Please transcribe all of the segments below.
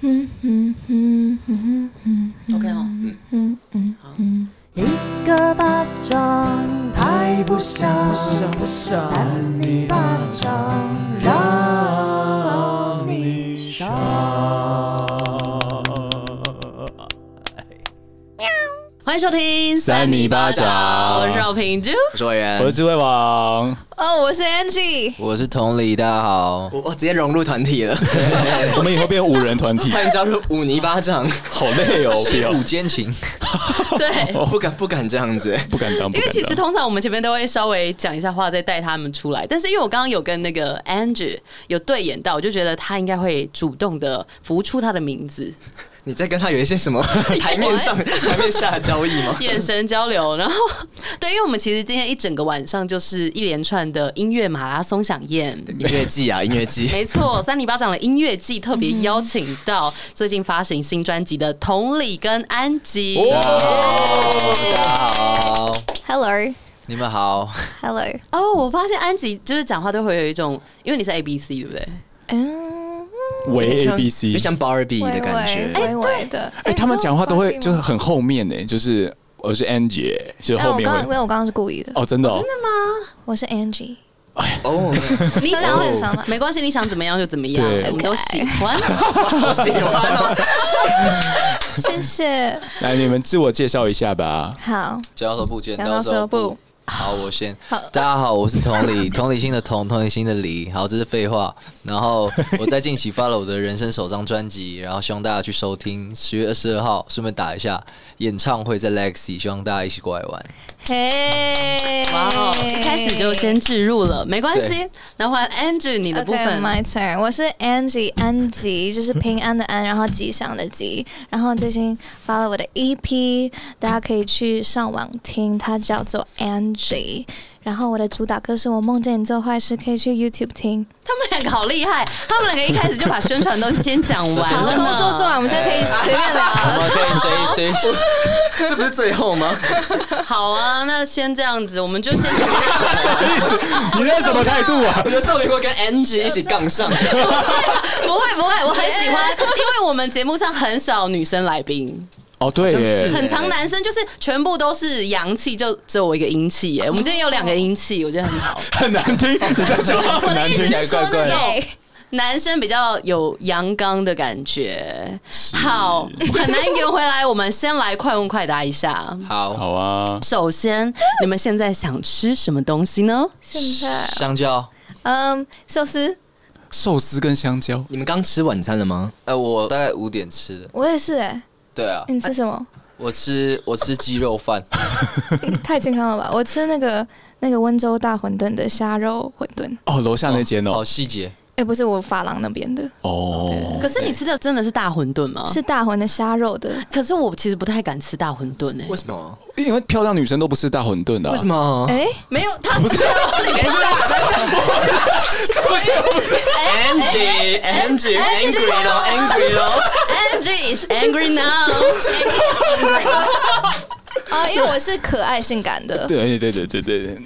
嗯嗯嗯嗯嗯 OK 哦，嗯，嗯嗯嗯，一个巴掌拍不响，三你巴掌让你响。欢迎收听三尼巴掌我是饶平就我是委员，我是智慧王，哦，我是 Angie，我是同理，大家好，我我直接融入团 体了，我们以后变五人团 体，欢迎加入五泥巴掌，好累哦，不要，五奸情， 对。我不敢不敢这样子，不敢当，不因为敢其实当。通常我们前面都会稍微讲一下话，再带他们出来。但是因为我刚刚有跟那个 Angie 有对演到，我就觉得他应该会主动的浮出他的 名字，你在跟他有一些什 么台面上台面下的交易 吗？眼神交流。然后，对，因为我们其实今天一整个晚上就是一连串的音乐马拉松响宴。音乐季啊，音乐季，没错，三里巴掌的音乐季特别邀请到最近发行新专辑的同理跟安吉。大家好， Hello，Hello，你们好，哦，我发现安吉就是讲话都会有一种，因为你是 A B C 对 不对？嗯，喂像 A B C，就像 Barbie 的微感微觉，微微的，哎，他们讲话都会你知就道是很后面呢，就是我是 Angie，耶就是但啊哦后我面刚会但我刚刚是故意的，哦，真的哦，我是 Angie，哦，你这想样正常 吗没关系，你想怎么样就怎么样，对我们都喜欢。好喜欢哦，谢谢。来你们自我介绍一下吧。好，交头不见，羊羔到时候说不，好，我先。大家好，我是同理， 同理心的同，同理心的理。好，这是废话。然后我在近期发了我的人生首张专辑，然后希望大家去收听。十月二十二号，顺便打一下演唱会在 Lexi，希望大家一起过来玩。嘿，哇哦，一开始就先置入了，没关系。然后换 Andrew 你的部 OK, 分。 my turn。我是 Angie 安吉，就是平安的安，然后吉祥的吉。然后最近发了我的 EP，大家可以去上网听，它叫做 Angie。然后我的主打歌是我梦见你做坏事，可以去 YouTube 听。他们两个好厉害，他们两个一开始就把宣传都先讲 完好，了。工作做完，我们现在可以随便聊 了。我们可以随随这不是最后吗？好啊，那先这样子，我们就先 不你那什么态度啊？我的少平会跟 Angie 一起杠上，会不会，我很喜欢，因为我们节目上很少女生来宾，哦，对耶，很常男生就是全部都是阳气，就只有我一个阴气耶。我们今天有两个阴气，我觉得很好。很难听，你在讲话很难 听我的意思是说那种对，男生比较有阳刚的感觉。好，很难圆回来，我们先来快问快答一下。好，好啊，首先，你们现在想吃什么东西呢？现在香蕉。嗯，寿司，寿司跟香蕉，你们刚吃晚餐了吗？呃，我大概五点吃的，我也是哎、对啊，你吃什么？我吃我吃鸡肉饭，太健康了吧！我吃那个那个温州大馄饨的虾肉馄饨，哦，楼下那间好哦，细节，哎、不是我发廊那边的，哦，可是你吃的真的是大馄饨吗？是。大馄的虾肉的。可是我其实不太敢吃大馄饨欸诶、为什么？因为漂亮女生都不吃大馄饨的啊，为什么？哦哎、没有，他吃 到里面哎 Angie Angie 哎 angry 咯 angry 咯， Angie is angry now。 啊，因为我是可爱性感的，对对对对对对，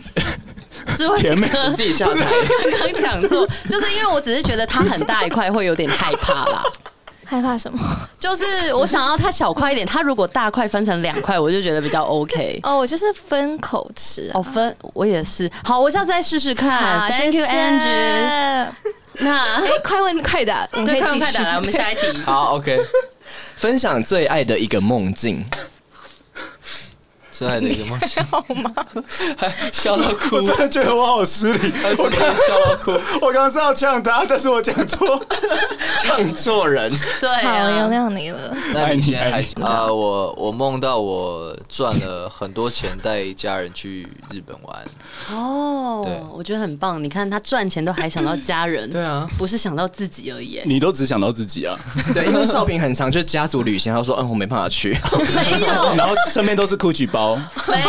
智慧 甜美哥自己下 台。刚刚讲错，就是因为我只是觉得它很大一块，会有点害怕啦。害怕什么？就是我想要它小块一点，它如果大块分成两块，我就觉得比较 OK。哦，我就是分口吃、啊。哦，分我也是，好，我下次再试试看。好 Thank 谢 you, 谢 Angie。哎、那快问快答，我们可对，以快继问续。快答来，我们下一题。 好 OK，分享最爱的一个梦境，最爱的一个梦 想。笑到哭我真的觉得我好失礼，我刚笑到哭，我刚刚是要呛他，但是我讲错。唱 错人，对好，原啊，谅你了。那爱你你现在爱还你行啊、呃我我梦到我赚了很多钱，带家人去日本玩。对哦，我觉得很棒。你看他赚钱都还想到家人，对啊，不是想到自己而已。 你都只想到自己啊，对，因为少平很常就是家族旅行，他说嗯我没办法去，没有，然后身边都是 Gucci 包，没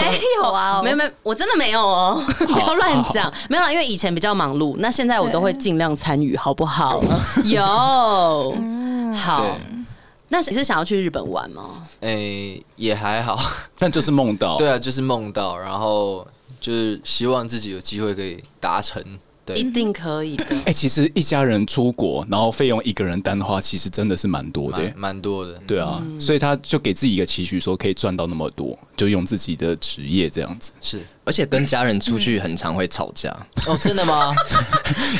有哇啊，哦 没有没有，我真的没有哦，不要乱讲，没有啦，因为以前比较忙碌，那现在我都会尽量参与，好不好？ 嗯有，好对，那你是想要去日本玩吗？诶、也还好。但就是哦梦到。对啊，就是梦到，然后就是希望自己有机会可以达成。一对，定可以的。 哎、其实一家人出国，然后费用一个人单花，其实真的是蛮多的、蛮蛮多的。对啊，所以他就给自己一个期许，说可以赚到那么多，就用自己的职业这样子。是而且跟家人出去很常会吵架。哦，真的 吗？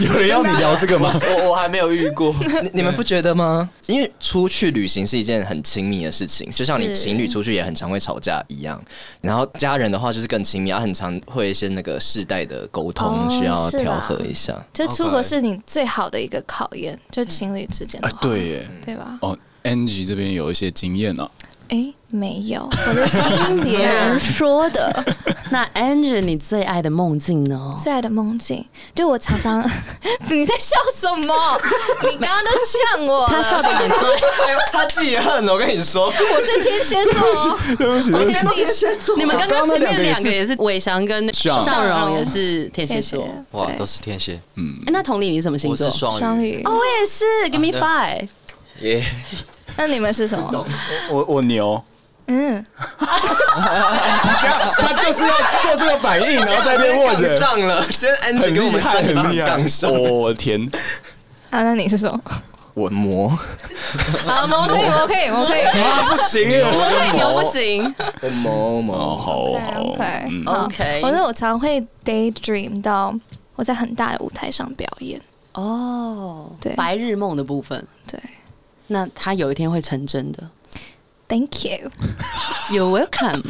有人要你聊这个吗？ 我我还没有遇过。你你们不觉得吗？因为出去旅行是一件很亲密的事情，就像你是情侣出去也很常会吵架一样。然后家人的话就是更亲密，啊，很常会有一些那个世代的沟通哦需要是啦调和一下。就出国是你最好的一个考验，就情侣之间的啊话，，对耶，对吧？哦，Angie 这边有一些经验啊，哎，没有，我在听别人说 的。那 Angel，你最爱的梦境呢？最爱的梦境，就我常常， 你在笑什么？你刚刚都呛我了，他笑的很啊 对，他记恨，我跟你说，我是天蝎座哦，对不起，我天蝎座你们刚刚前面两个是也是伟翔跟上尚荣也是天蝎座。哎哇，对都是天蝎，嗯那同理，你什么星我座哦是？双鱼。双鱼。我也是，Give me 对 five。 耶，那你们是什么？我我牛，嗯， 他就是要做这个反应，然后在那边问杠人，上了。今天 Angie 很跟我厉们害，三个很厉害杠。上，我天，啊，那你是 什么？我魔，好，啊我可以，我可以，我可以。啊，不行耶！我也牛不行。我魔哦，魔，好好 OK，OK，嗯好 OK 我觉得我常会 daydream 到我在很大的舞台上表演，哦，对白日梦的部分，对那他有一天会成真的。 ，Thank you。 You're welcome。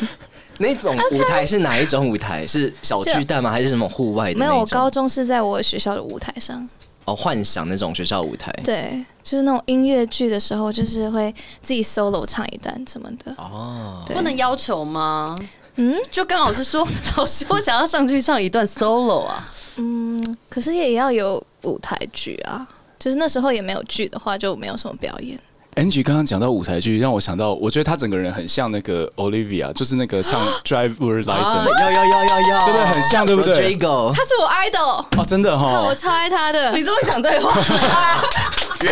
那种舞台是哪一种舞台？是小巨蛋吗？还是什么户外的没那种？有，我高中是在我学校的舞台上，哦，幻想那种学校舞台。对，就是那种音乐剧的时候，就是会自己 solo 唱一段什么的。哦，对不能要求吗？嗯就跟老师说，老师，我想要上去唱一段 solo 啊。嗯，可是也要有舞台剧啊。就是那时候也没有剧的话，就没有什么表演。 Angie 刚刚讲到舞台剧，让我想到，我觉得他整个人很像那个 Olivia，就是那个唱啊 Driver License，哦要要要要要，对不对？很像，对不对？ ？Rodrigo，他是我 idol，哦，真的啊我哈，超爱他的。你这么想对话？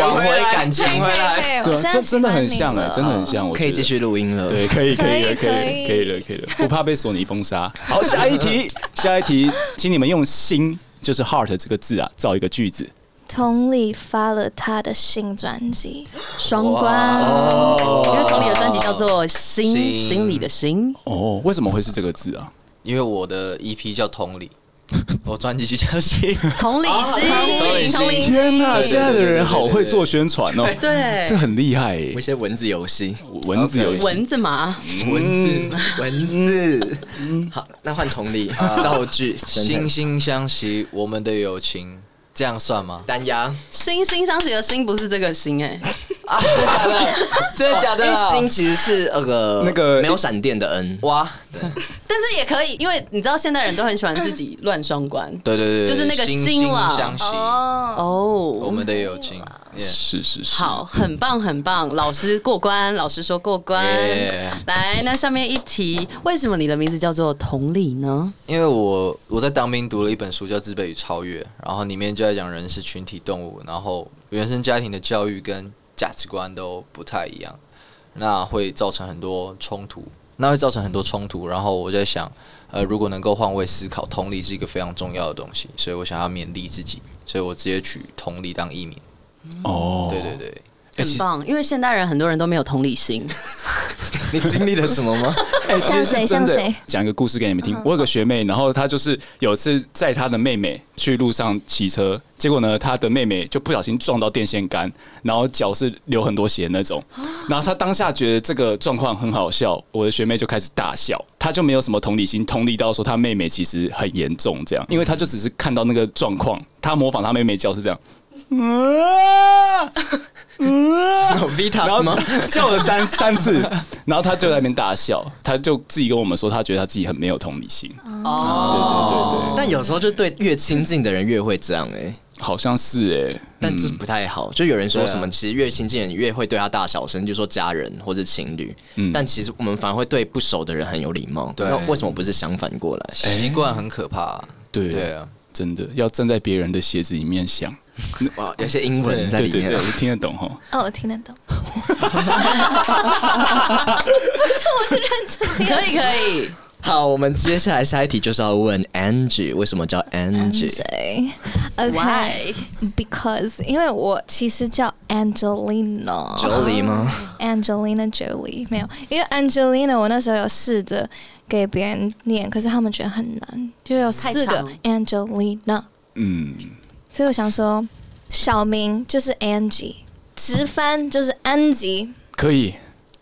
挽回感情佩佩，对我现啊，在真真的很喜欢你像哎，了真的很像，我哦可以觉得继续录音了。对，可以，可以可了，以可可以了，可以以了，可以了，不怕被索尼封杀。好，下 一题，下一题，请你们用心，就是 heart 这个字啊，造一个句子。同理发了他的新专辑，双关，因为同理的专辑叫做《心哦心心里的心》，哦，为什么会是这个字啊？因为我的 E EP 叫同理，我专辑就叫 心。同理哦心，同理心，天哪，现在的人好会做宣传哦，对这很厉害耶一，些文字游戏，文字游戏。蚊子嘛，文字文字。好，那换同理，造句，惺惺相惜，我们的友情，这样算吗？丹阳，心心相惜的心不是这个心哎，真的假哦因为心其实是那个那个没有闪电的恩，哇，但是也可以，因为你知道现代人都很喜欢自己乱双关对对对，就是那个惺心啊惺了相惜，哦，我哦。们的友情。Yeah 是是是，好，很棒，很棒！老师过关，老师说过关。 Yeah 来，那下面一题，为什么你的名字叫做同理呢？因为我我在当兵读了一本书叫《自卑与超越》，然后里面就在讲人是群体动物，然后原生家庭的教育跟价值观都不太一样，那会造成很多冲突，那会造成很多冲突。然后我在想，呃，如果能够换位思考，同理是一个非常重要的东西，所以我想要勉励自己，所以我直接取同理当艺名。哦，对对对，哎很棒，因为现代人很多人都没有同理 心。你经历了什么 吗？哎，其实是像真谁像的谁。嗯讲一个故事给你们听。我有个学妹，然后她就是有一次载她的妹妹去路上骑车，结果呢，她的妹妹就不小心撞到电线杆，然后脚是流很多血那种。啊然后她当下觉得这个状况很好笑，我的学妹就开始大笑，她就没有什么同理心，同理到说她妹妹其实很严重这样，因为她就只是看到那个状况，她模仿她妹妹叫是这样。嗯啊有 Vitas 然吗后？叫了 三三次，然后他就在那边大笑，他就自己跟我们说，他觉得他自己很没有同理心。哦，对对对但有时候就对越亲近的人越会这样哎，对，好像是哎、但这不太好。就有人说什么，对啊其实越亲近的人越会对他大小声，就说家人或者情侣。但其实我们反而会对不熟的人很有礼貌。对那为什么不是相反过来？习惯很可怕、对对啊，真的要站在别人的鞋子里面想，哇，有些英文在对里对面对，。我听得懂哈。哦，我听得懂。 不是，我是认真听。可以可以，好，我们接下来下一题就是要问 Angie 为什么叫 Angie？对， OK， Why？ because 因为我其实叫 Angelina，九里吗？ Angelina Jolie 没有，因为 Angelina 我那时候有试着给别人念，可是他们觉得很难，就有四太个长 Angelina，嗯，所以我想说，小名就是 Angie，直翻就是安吉，可以。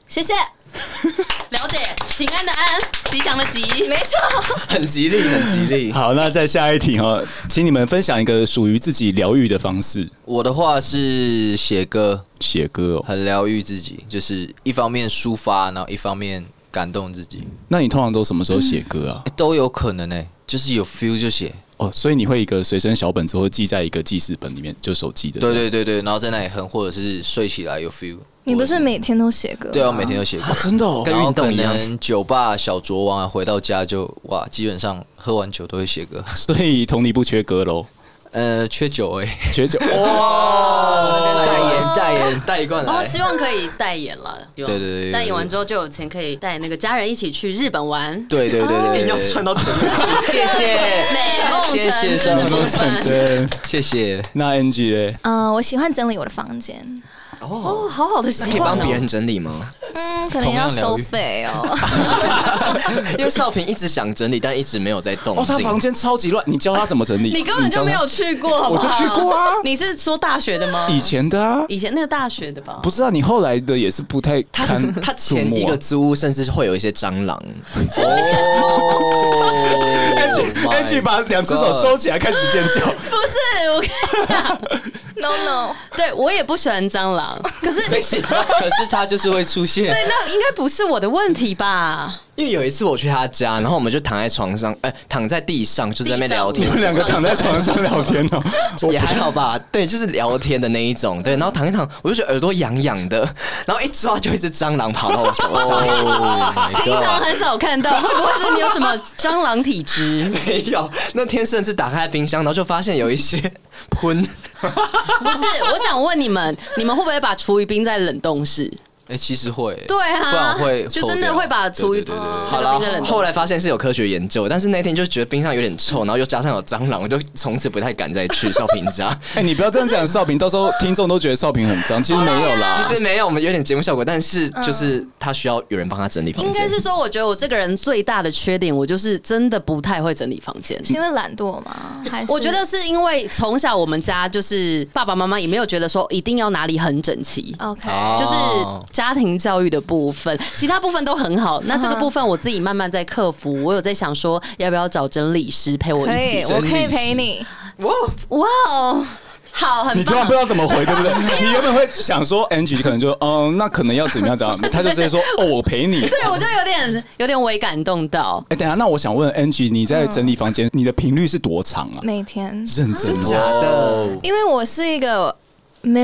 谢谢，了解，平安的安，吉祥的吉，没错，很吉利，很吉 利。好，那再下一题哈，请你们分享一个属于自己疗愈的方式，我的话是写歌，写歌哦。很疗愈自己，就是一方面抒发，然后一方面感动自己，那你通常都什么时候写歌嗯啊？诶都有可能呢、欸就是有 feel 就写，哦，所以你会一个随身小本子，或者记在一个记事本里面，就手机的。对对对对，然后在那里哼，或者是睡起来有 feel。你不或者是每天都写歌？对啊，每天都写歌。真的哦跟然后运可动一样能酒吧小酌完回到家就哇，基本上喝完酒都会写歌。 所以同理不缺歌喽，呃，缺酒哎、欸， 缺酒哦哇，代言代言，带一罐哦，来，希望可以代言了。对对对对对代言完之后就有钱可以带那个家人一起去日本玩。 对对对对啊 硬要对串到前面去。对，谢美谢梦谢成谢真的部成分，真。谢谢。那 NG 嘞？嗯、我喜欢整理我的房间，哦，好好的可习以惯帮别哦。人整理吗？嗯，可能同样要疗收愈费哦。因为少平一直想整理，但一直没有在动哦，他静房间超级乱，你教他怎么整理？你根本就没有去过，好不好我就去过啊你是说大学的吗？以前的啊，以前那个大学的吧？不是啊，你后来的也是不太他堪他注前目一个啊租屋甚至会有一些蟑螂，啊 哦 Angie 把两只手收起来，开始尖叫。不是，我跟你讲， no no，对我也不喜欢蟑螂，可是谁喜欢？ 可是他就是会出现。那应该不是我的问题吧？因为有一次我去他家，然后我们就躺在床上，哎、躺在地上，就在那边聊天地 你。们两个躺在床上聊天哦， 也还好吧，对，就是聊天的那一种，对，然后躺一躺，我就觉得耳朵痒痒的，然后一抓就一只蟑螂跑到我手上，哦 my 平常 god！很少看到，会不会是你有什么蟑螂体质？ 没有，那天甚至打开冰箱，然后就发现有一些 喷，不是，我想问你们， 你们会不会把厨余冰在冷冻室？哎，其实会，对啊不然会就臭真的掉会把厨余对对对对对好了冰在冷冻后来发现是有科学研究，但是那天就觉得冰箱有点臭，然后又加上有蟑螂，我就从此不太敢再去 少平家。哎，你不要这样讲少平，到时候听众都觉得少平很脏，哦其实没有啦。其实没有，我们有点节目效果，但是就是他需要有人帮他整理房应该间。是说，我觉得我这个人最大的缺点，我就是真的不太会整理房间。是因为懒惰吗？还是我觉得是因为从小我们家就是爸爸妈妈也没有觉得说一定要哪里很整齐。 OK，、哦就是家庭教育的部分，其他部分都很 好。那这个部分我自己慢慢在克服。我有在想说，要不要找整理师陪我可一以，起？我可以陪你。哇哦，好，你很突然棒不知。道怎么回，对 不对？你原本会想说 Angie 可能就嗯，那可能要怎么样怎 么样，他就直接说哦，我陪你。对，我就有点有点微感动到。哎，等一下，那我想问 Angie，你嗯在整理房间，你的频率是多长啊？每天，认真假哦，的，因为我是一个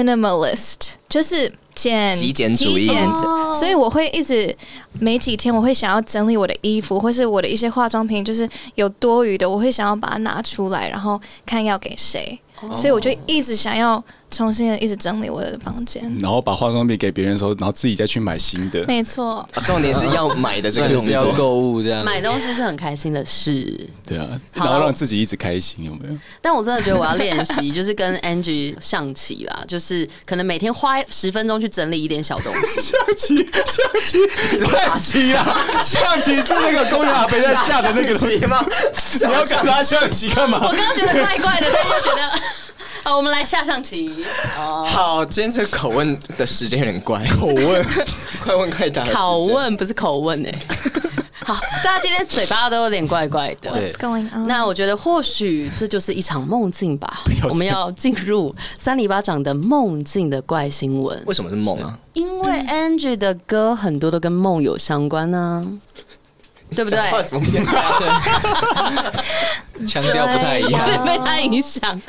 minimalist，就是简极简主义极简主哦所以我会一直每几天我会想要整理我的衣服，或是我的一些化妆品，就是有多余的，我会想要把它拿出来，然后看要给谁。所以我就一直想要重新的一直整理我的房间。然后把化妆品给别人的时候，然后自己再去买新的。没错，重点是要买的这那个就动 是要作。购物这样。买东西是很开心的事，对啊，好然后让自己一直开心，有没有？但我真的觉得我要练习，就是跟 Angie 象棋啦，就是可能每天花十分钟去整理一点小东西。 象棋，象棋，太棋啦！象棋是那个公园阿飞在下的那个棋 吗？你要跟他象棋干嘛我？刚刚觉得怪怪的，但又觉得，好，我们来下象棋。哦，好，今天这个口问的时间有点怪，口问， 快问快答。拷，问不是口问哎、 好，大家今天嘴巴都有点怪怪的。对 What's going on？那我觉得或许这就是一场梦境吧。我们要进入三里巴掌的梦境的怪新闻，为什么是梦啊？因为 Angie 的歌很多都跟梦有相关呢、对不对？话怎么变这样？腔调不太一样。会 被他影响。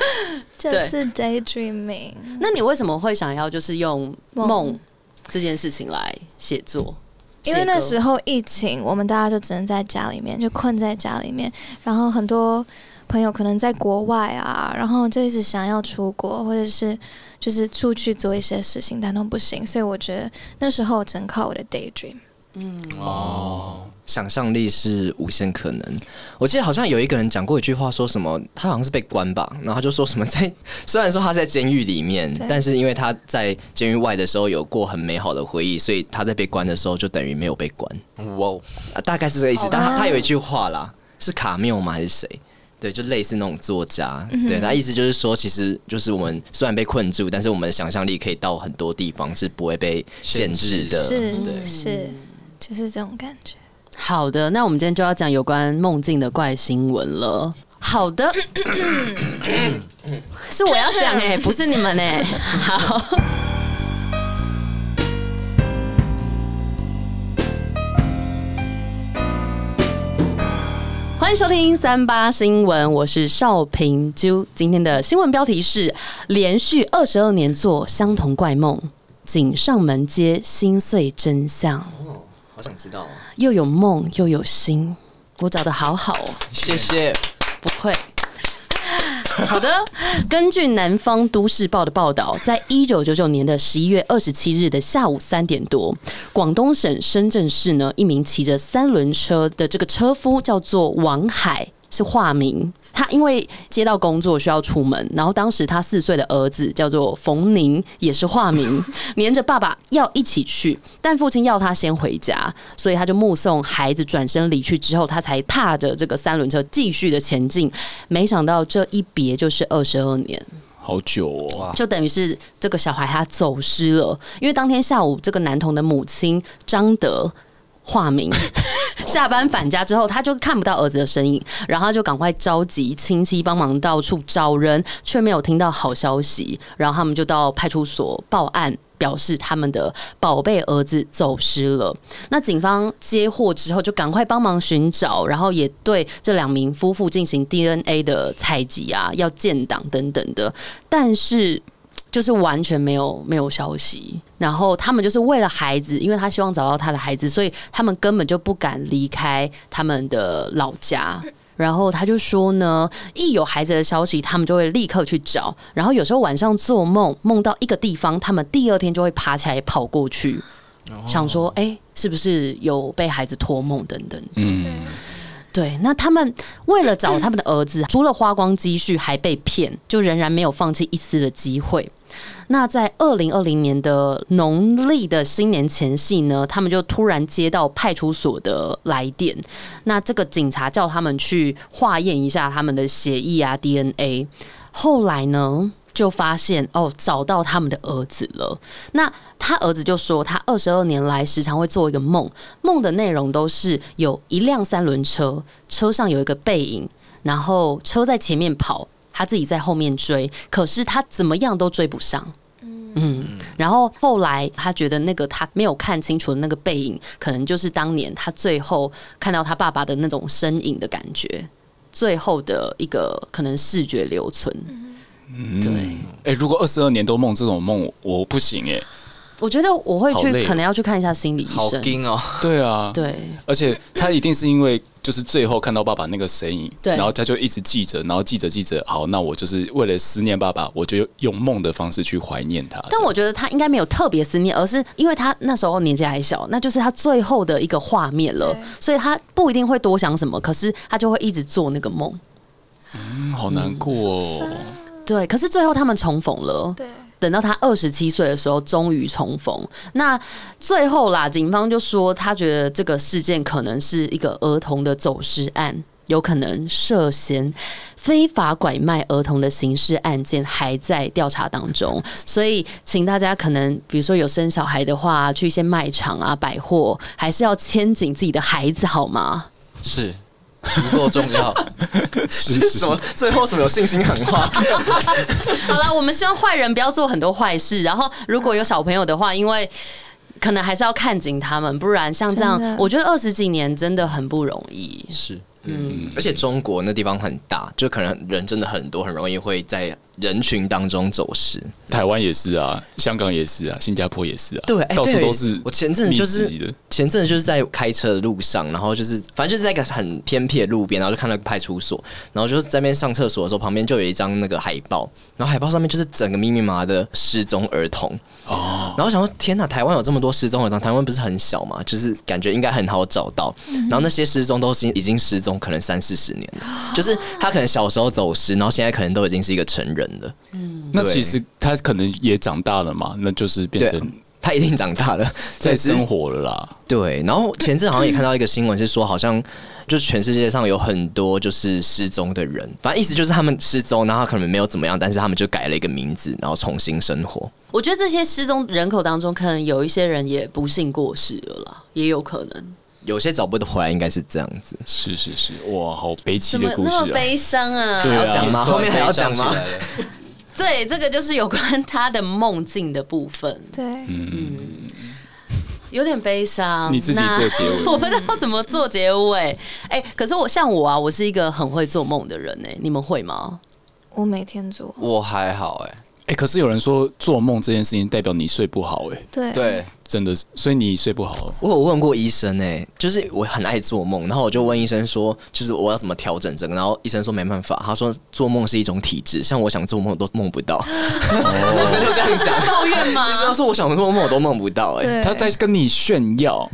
这对是 daydreaming。那你为什么会想要就是用梦梦这件事情来写作？因为那写歌时候疫情，我们大家就只能在家里面，就困在家里面。然后很多朋友可能在国外啊，然后就一直想要出国，或者是就是出去做一些事情，但都不行。所以我觉得那时候只能靠我的 daydream。想象力是无限可能。我记得好像有一个人讲过一句话，说什么他好像是被关吧，然后他就说什么在 虽然说他在监狱里面对，但是因为他在监狱外的时候有过很美好的回忆，所以他在被关的时候就等于没有被关哇哦，啊，大概是这个意思好。吧但他他有一句话啦，是卡缪吗还是谁？对，就类似那种作家，对他意思就是说，其实就是我们虽然被困住，但是我们的想象力可以到很多地方，是不会被限制的。是是，就是这种感觉。好的，那我们今天就要讲有关梦境的怪新闻了。好的，是我要讲哎、不是你们哎、好。欢迎收听三八新闻，我是邵平啾。今天的新闻标题是：连续二十二年做相同怪梦，井上门街心碎真相。好想知道、啊。又有梦又有心，我找的好好哦，谢谢。不会。 好的，根据南方都市报的报道，在一九九九年的十一月二十七日的下午三点多，广东省深圳市呢，一名骑着三轮车的这个车夫叫做王海。是化名，他因为接到工作需要出门，然后当时他四岁的儿子叫做冯宁，也是化名， 黏着爸爸要一起去，但父亲要他先回家，所以他就目送孩子转身离去之后，他才踏着这个三轮车继续的前进。没想到这一别就是二十二年。好久哦，就等于是这个小孩他走失了，因为当天下午这个男童的母亲张德。化名，下班返家之后，他就看不到儿子的身影，然后他就赶快召集亲戚帮忙到处找人，却没有听到好消息，然后他们就到派出所报案，表示他们的宝贝儿子走失了。那警方接获之后，就赶快帮忙寻找，然后也对这两名夫妇进行 DNA 的采集啊，要建档等等的。但是就是完全没有没有消息。然后他们就是为了孩子，因为他希望找到他的孩子，所以他们根本就不敢离开他们的老家。然后他就说呢，一有孩子的消息，他们就会立刻去找。然后有时候晚上做梦，梦到一个地方，他们第二天就会爬起来跑过去，想说，哎、是不是有被孩子托梦等等。嗯，对，那他们为了找他们的儿子，除了花光积蓄，还被骗，就仍然没有放弃一丝的机会。那在二零二零年的农历的新年前夕呢，他们就突然接到派出所的来电，那这个警察叫他们去化验一下他们的血液啊 DNA。后来呢，就发现哦，找到他们的儿子了。那他儿子就说，他二十二年来时常会做一个梦，梦的内容都是有一辆三轮车，车上有一个背影，然后车在前面跑，他自己在后面追，可是他怎么样都追不上。嗯，然后后来他觉得那个他没有看清楚的那个背影，可能就是当年他最后看到他爸爸的那种身影的感觉，最后的一个可能视觉留存。对，哎，如果二十二年都梦这种梦，我不行哎。我觉得我会好累去，哦可能要去看一下心理医好生。硬哦，对啊，对，而且他一定是因为就是最后看到爸爸那个身影，对然后他就一直记着，然后记着记着，好，那我就是为了思念爸爸，我就用梦的方式去怀念他。但我觉得他应该没有特别思念，而是因为他那时候年纪还小，那就是他最后的一个画面了对，所以他不一定会多想什么，可是他就会一直做那个梦。这样嗯好难过哦，对，可是最后他们重逢了。对，等到他二十七岁的时候，终于重逢。那最后啦，警方就说他觉得这个事件可能是一个儿童的走失案，有可能涉嫌非法拐卖儿童的刑事案件，还在调查当中。所以，请大家可能比如说有生小孩的话，去一些卖场啊、百货，还是要牵紧自己的孩子，好吗？是足够重 要。是 这是什么？最后什么有信心喊 话？ 好了，我们希望坏人不要做很多坏事。然后，如果有小朋友的话，因为可能还是要看紧他们，不然像这样真，的我觉得二十几年真的很不容易。是而且中国那地方很大，就可能人真的很多，很容易会在人群当中走失。台湾也是啊，香港也是啊，新加坡也是啊，对，哎到处对都是。我前阵子就是的，前阵子就是在开车的路上，然后就是反正就是在一个很偏僻的路边，然后就看到一个派出所，然后就是在那边上厕所的时候，旁边就有一张那个海报，然后海报上面就是整个密密麻麻的失踪儿童。哦，然后我想说天哪，台湾有这么多失踪儿童，台湾不是很小嘛，就是感觉应该很好找到。然后那些失踪都是已经失踪可能三四十年了，就是他可能小时候走失，然后现在可能都已经是一个成人了。那对其实他可能也长大了嘛，那就是变对成他一定长大了，在对只是生活了啦。对，然后前阵好像也看到一个新闻，是说好像就是全世界上有很多就是失踪的人，反正意思就是他们失踪，然后他可能没有怎么样，但是他们就改了一个名字，然后重新生活。我觉得这些失踪人口当中，可能有一些人也不幸过世了啦，也有可能。有些找不回来，应该是这样子。是是是，哇，好悲戚怎么的故那么事啊！悲伤啊？对啊要讲吗？后面还要讲吗？对，这个就是有关他的梦境的部分，对，有点悲伤。你自己那做结 尾我不知道怎么做结尾。哎、可是我像我啊，我是一个很会做梦的人哎、你们会吗？我每天做，我还好哎、哎、可是有人说做梦这件事情代表你睡不好、哎，对对，真的是，所以你睡不好。哦我有问过医生诶、欸就是我很爱做梦，然后我就问医生说，就是我要怎么调整这个？然后医生说没办法，他说做梦是一种体质，像我想做梦都梦 不到。医生就这样讲，抱怨吗医？生说我想做梦我都梦不到诶、对他在跟你炫耀，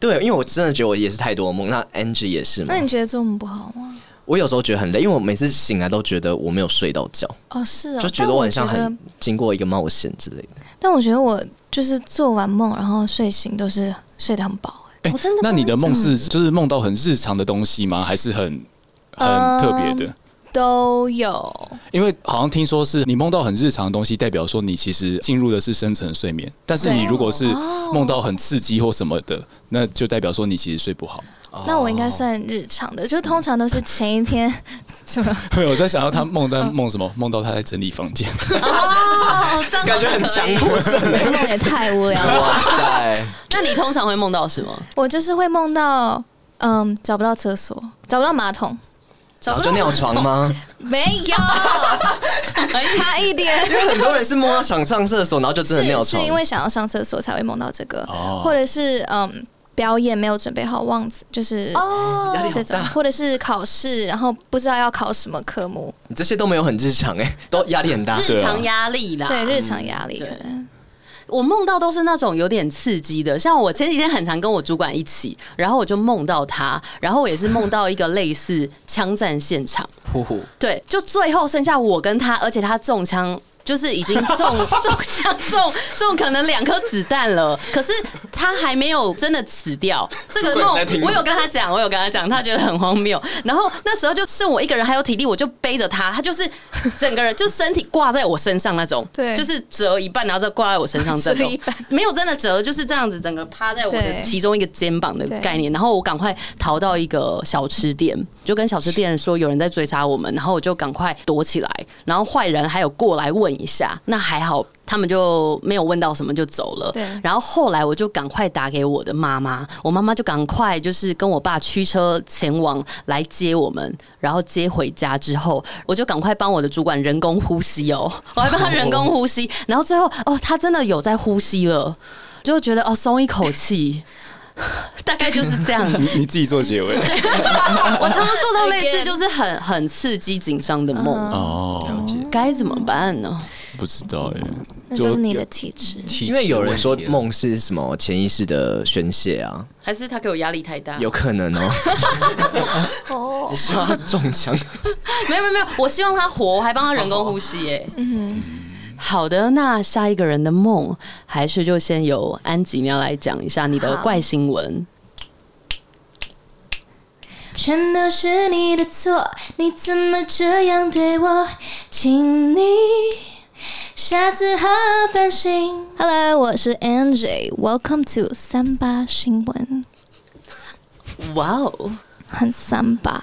对，因为我真的觉得我也是太多梦，那 Angie 也是吗那？你觉得做梦不好吗？我有时候觉得很累，因为我每次醒来都觉得我没有睡到觉，哦，是啊，就觉但得我我很像觉得很经过一个冒险之类的。但我觉得我就是做完梦，然后睡醒都是睡得很饱、欸哎、哦真的那你的梦是就是梦到很日常的东西吗？还是很很呃特别的？都有。因为好像听说是你梦到很日常的东西，代表说你其实进入的是深层睡眠。但是你如果是哦梦到很刺激或什么的，那就代表说你其实睡不好。哦那我应该算日常的，就通常都是前一天 怎么我在想到他梦在梦什么？梦到他在整理房 间。哦，这样感觉很强迫。梦也太无聊 了。哇塞，那你通常会梦到什么？我就是会梦到，嗯，找不到厕所，找不到马桶，然后就尿床吗？没 有，哎差一点因。为很多人是梦到想上厕所，然后就真的尿是是床。哦因为想要上厕所才会梦到这个，或者是嗯。表演没有准备好，忘记就是哦压力好这种，大，或者是考试，然后不知道要考什么科目，你这些都没有很日常哎、都压力很大。日常压力啦，对日常压力可能。我梦到都是那种有点刺激的，像我前几天很常跟我主管一起，然后我就梦到他，然后我也是梦到一个类似枪战现场，呼呼，对，就最后剩下我跟他，而且他中枪。就是已经中中枪中中可能两颗子弹了，可是他还没有真的死掉。这个梦在听我有跟他讲，我有跟他讲，他觉得很荒谬。然后那时候就剩我一个人还有体力，我就背着他，他就是整个人就身体挂在我身上那种，对就是折一半，然后再挂在我身上这折一种半，没有真的折，就是这样子，整个趴在我的对其中一个肩膀的对概念。然后我赶快逃到一个小吃店，就跟小吃店说有人在追杀我们，然后我就赶快躲起来。然后坏人还有过来问一下，那还好他们就没有问到什么就走了对。然后后来我就赶快打给我的妈妈，我妈妈就赶快就是跟我爸驱车前往来接我们，然后接回家之后，我就赶快帮我的主管人工呼吸哦，我还帮他人工呼吸，然后最后哦，他真的有在呼吸了。就觉得哦，松一口气， 大概就是这样。你自己做结 尾。我常常做到类似就是很很刺激紧张的梦，哦，该怎么办呢？不知道耶。那就是你的体质。因为有人啊说梦是什么潜意识的宣泄啊，还是他给我压力太大？有可能哦、你希望他中枪？没有没有没有，我希望他活，我还帮他人工呼吸、哎，嗯， 好的，那下一个人的梦，还是就先由安吉你要来讲一下你的怪新闻。全都是你的错，你怎么这样对我？请你下次好好反省。 Hello，我是 Angie，Welcome to 三八新闻，哇 哦，很三八。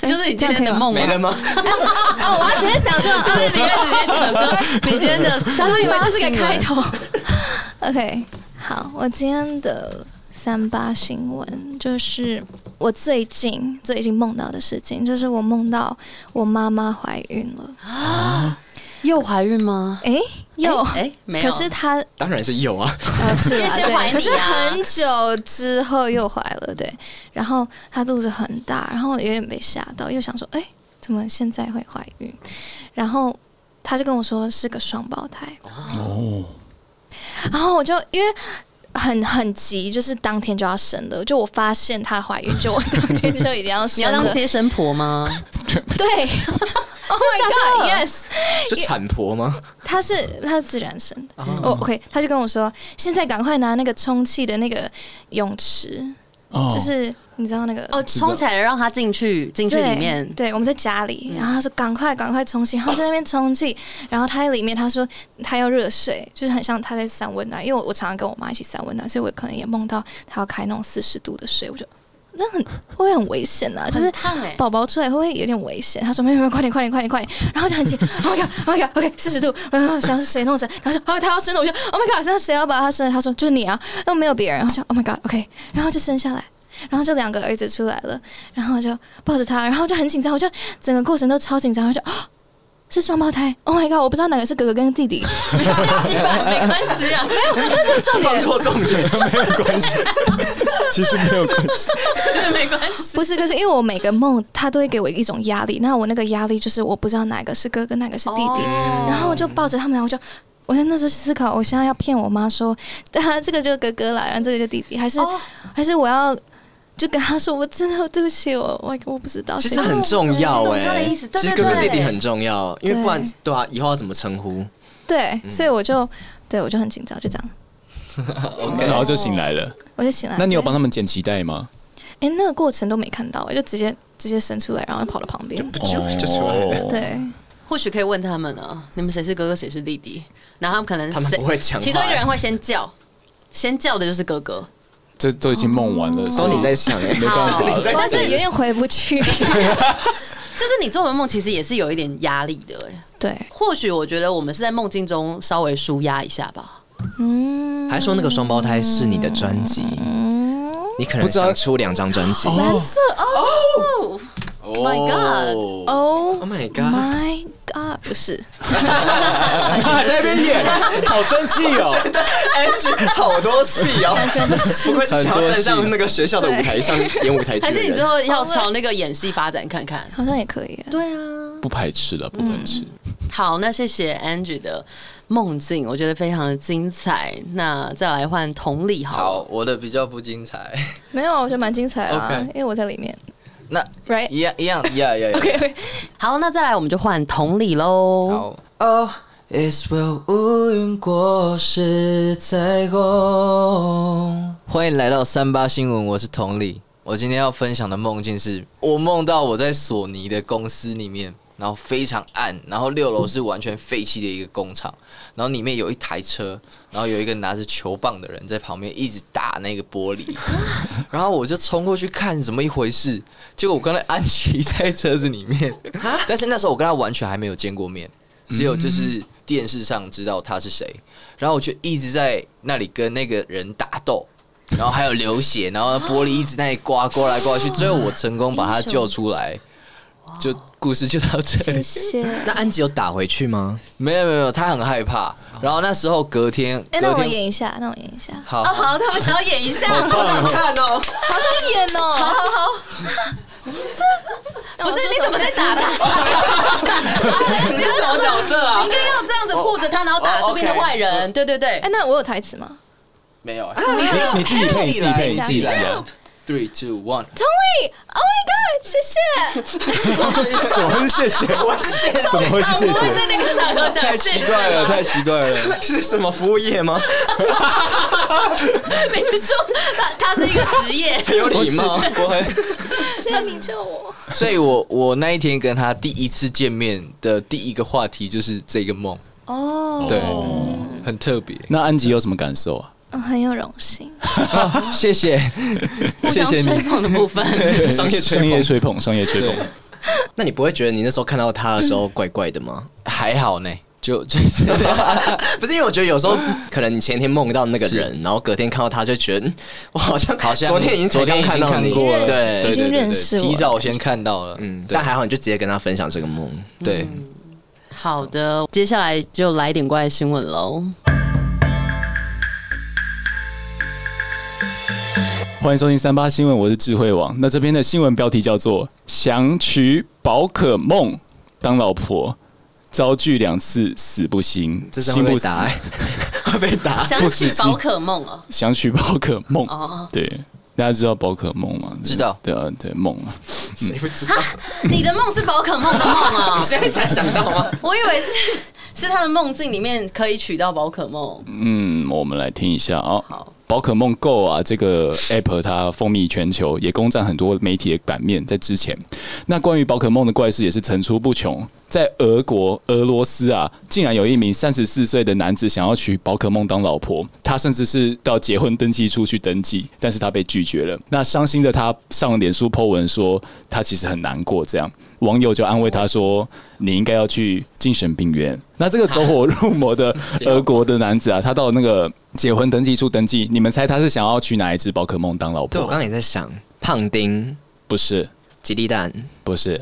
这就是你今这样天可以的吗梦啊没吗？了吗？哦，我要直接讲这个，对，你要直接讲说 你今天的三八新闻，我以为这是个开 头。 OK，好，我今天的三八新闻就是我最近最近梦到的事情，就是我梦到我妈妈怀孕了。又怀孕吗？诶，有，哎、哎没有，可是她当然是有啊， 呃是啦先对怀你啊可是很久之后又怀了，对。然后她肚子很大，然后有点被吓到，又想说，诶，怎么现在会怀孕？然后她就跟我说是个双胞胎。哦，然后我就因为很很急，就是当天就要生了。就我发现她怀孕，就我当天就一定要 你生要了当。接生婆吗？ 对，Oh my God，Yes，就产婆吗？她是她是自然生的。哦、o k 她就跟我说，现在赶快拿那个充气的那个泳池，哦就是你知道那个哦，冲起来了让她进去，进去对里面。嗯对，我们在家里，然后他说赶快赶快充气，然后在那边充 气，然后他在里面他说他要热水，就是很像他在散温啊暖，因为我我常常跟我妈一起散温暖，所以我可能也梦到他要开那种四十度的水，我就这样很会不会很危险啊，就是很烫欸宝宝出来会不会有点危险？他说没有没有，快点快点快点快点，然后就很急，Oh my god，Oh my god，OK，、四十度，然后想是谁弄成，然后就哦他要生了，我就 Oh my god，那谁要把他生了？他说就是你啊，又没有别人，然后就 Oh my god，OK，、然后就生下来。然后就两个儿子出来了，然后就抱着他，然后就很紧张，我就整个过程都超紧张，我就、啊是双胞胎，Oh my god，我不知道哪个是哥哥跟弟弟， 没关系吧， 没关系啊。那就是重放点，错重点，哦其实没有关 系。对，没关系。不是，可是因为我每个梦他都会给我一种压力，那我那个压力就是我不知道哪个是哥哥，哪个是弟弟，哦然后我就抱着他们俩，我就。我在那时候思考，我现在要骗我妈说， 啊，这个就是哥哥啦，然后这个就弟弟，还是、哦还是我要就跟他说，我真的对不起，我我我不知道。其实谁很 重要懂他的哎意思，对其实对哥对哥弟弟很重要，因为不然对对啊，以后要怎么称呼？对，嗯所以我就对我就很紧张，就这样，然后就醒来了。啊我就醒来。那你有对帮他们剪脐带吗？哎、那个过程都没看到，就直接直接伸出来，然后跑到旁边。就出来了哦，对，或许可以问他们啊，你们谁是哥哥，谁是弟弟？然后他们可能他们谁不会讲话其中一个人会先叫，先叫的就是哥哥。这都已经梦完了，都所以你在想哎，没办好，但是有点回不 去。就是你做的梦其实也是有一点压力的、欸。对，或许我觉得我们是在梦境中稍微舒压一下吧。嗯，还说那个双胞胎是你的专辑，你可能不知道想出两张专辑。蓝色哦 Oh 哦，my god 哦 Oh my god！ my god，不是，啊在那边演，好生气哦！ Angie 好多戏哦，不愧是想要站上那个学校的舞台上演舞台剧还的是你之人。后要朝那个演戏发展看看？好像也可以耶。对啊。不排斥了，不排斥。嗯好，那谢谢 Angie 的梦境，我觉得非常的精彩。那再来换同理好了好，我的比较不精彩，没有，我觉得蛮精彩啊 OK，因为我在里面。那哎 Right？一样一样，呀呀呀。 OK OK，好，那再来我们就换同理喽。好，Oh。It's will 乌云过是彩虹。欢迎来到三八新闻，我是同理。我今天要分享的梦境是，我梦到我在索尼的公司里面，然后非常暗，然后六楼是完全废弃的一个工厂，然后里面有一台车，然后有一个拿着球棒的人在旁边一直打那个玻璃，然后我就冲过去看怎么一回事，结果我跟他安琪在车子里面，但是那时候我跟他完全还没有见过面，只有就是电视上知道他是谁，然后我就一直在那里跟那个人打斗。然后还有流血，然后玻璃一直在那里刮刮来刮去，最后我成功把他救出来，就故事就到这里谢。谢。那安吉有打回去吗？没有没有没有，他很害怕。然后那时候隔天，哎，隔那我天演一下，那我演一下，好，哦好，他们想要演一 下， 看哦，好想演哦。 不是？你怎么在打他？ 你是什么角色啊哦应？该要这样子护着他，然后打这边的坏人。对对对哎，，那我有台词吗？没有你自己配，你自己配，你自己来来。 ，three two one，同理，Oh my god，谢谢。怎么会是谢谢？我是谢谢，怎么会是谢谢？在那个场合 讲谢谢。怪了，太奇怪了。是什么服务业吗？比如说，他他是一个职 业，很有礼貌，我 很谢谢你救我。所以我我那一天跟他第一次见面的第一个话题就是这个梦，对，很特别， 那安吉有什么感受啊？嗯，很有荣幸。谢谢，谢吹谢你。捧的部 分。商业商吹业捧。吹捧，商业吹捧。那你不会觉得你那时候看到他的时候怪怪的吗？还好呢，就 就是不是因为我觉得有时候可能你前天梦到那个人，然后隔天看到他，就觉得嗯我好像好像昨天已经才昨天刚已经看到看你，过了，对已对经对对认识对，我了提早先看到了，嗯嗯，，对但嗯还好你就直接跟他分享这个梦。对，好的，接下来就来一点怪新闻喽。欢迎收听三八新闻，我是智慧王。那这边的新闻标题叫做“想娶宝可梦当老婆，遭拒两次死不行，这是心会被不死， 打，会被打。想不起死心宝可梦哦，想娶宝可梦”哦。对，大家知道宝可梦吗？知道对啊，对梦啊，谁不知道？你的梦是宝可梦的梦啊、 现在才想到吗？我以为是是他的梦境里面可以取到宝可梦。嗯，我们来听一下啊、好宝可梦 Go 啊，这个 App 它风靡全球，也攻占很多媒体的版面。在之前，那关于宝可梦的怪事也是层出不穷。在俄国、俄罗斯啊，竟然有一名三十四岁的男子想要娶宝可梦当老婆，他甚至是到结婚登记处去登记，但是他被拒绝了。那伤心的他上了脸书 po 文说，他其实很难过。这样，网友就安慰他说：“你应该要去精神病院。”那这个走火入魔的俄国的男子啊，他到那个结婚登记处登记，你们猜他是想要娶哪一只宝可梦当老对，我婆？刚刚也在想，胖丁、不是，吉利蛋，不是。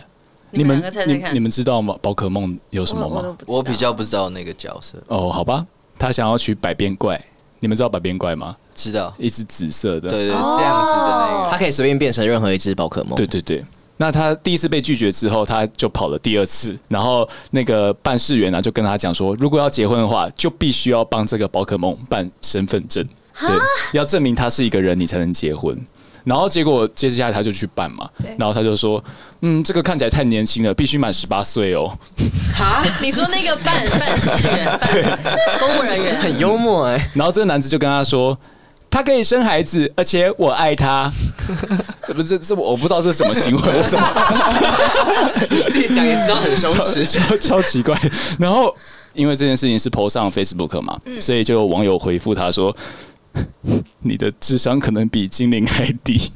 你们两个猜猜你看你们知道吗？宝可梦有什么我我都吗？不知道我比较不知道那个角色，哦，好吧，他想要娶百变怪。你们知道百变怪吗？知道，一只紫色的。对对，哦这样子的那个，它可以随便变成任何一只宝可梦。对对对。那他第一次被拒绝之后，他就跑了第二次，然后那个办事员呢、啊就跟他讲说，如果要结婚的话，就必须要帮这个宝可梦办身份证，对，要证明他是一个人，你才能结婚。然后结果接下来他就去办嘛对，然后他就说，嗯，这个看起来太年轻了，必须满十八岁哦。啊 你说那个办办事员、办公务人 员，很幽默哎、然后这个男子就跟他说，他可以生孩子，而且我爱他。不是，这我不知道这是什么行为，我怎么自己讲也知道很羞耻。超超奇怪。然后因为这件事情是 PO 上 Facebook 嘛，所以就有网友回复他说：“你的智商可能比精灵还低。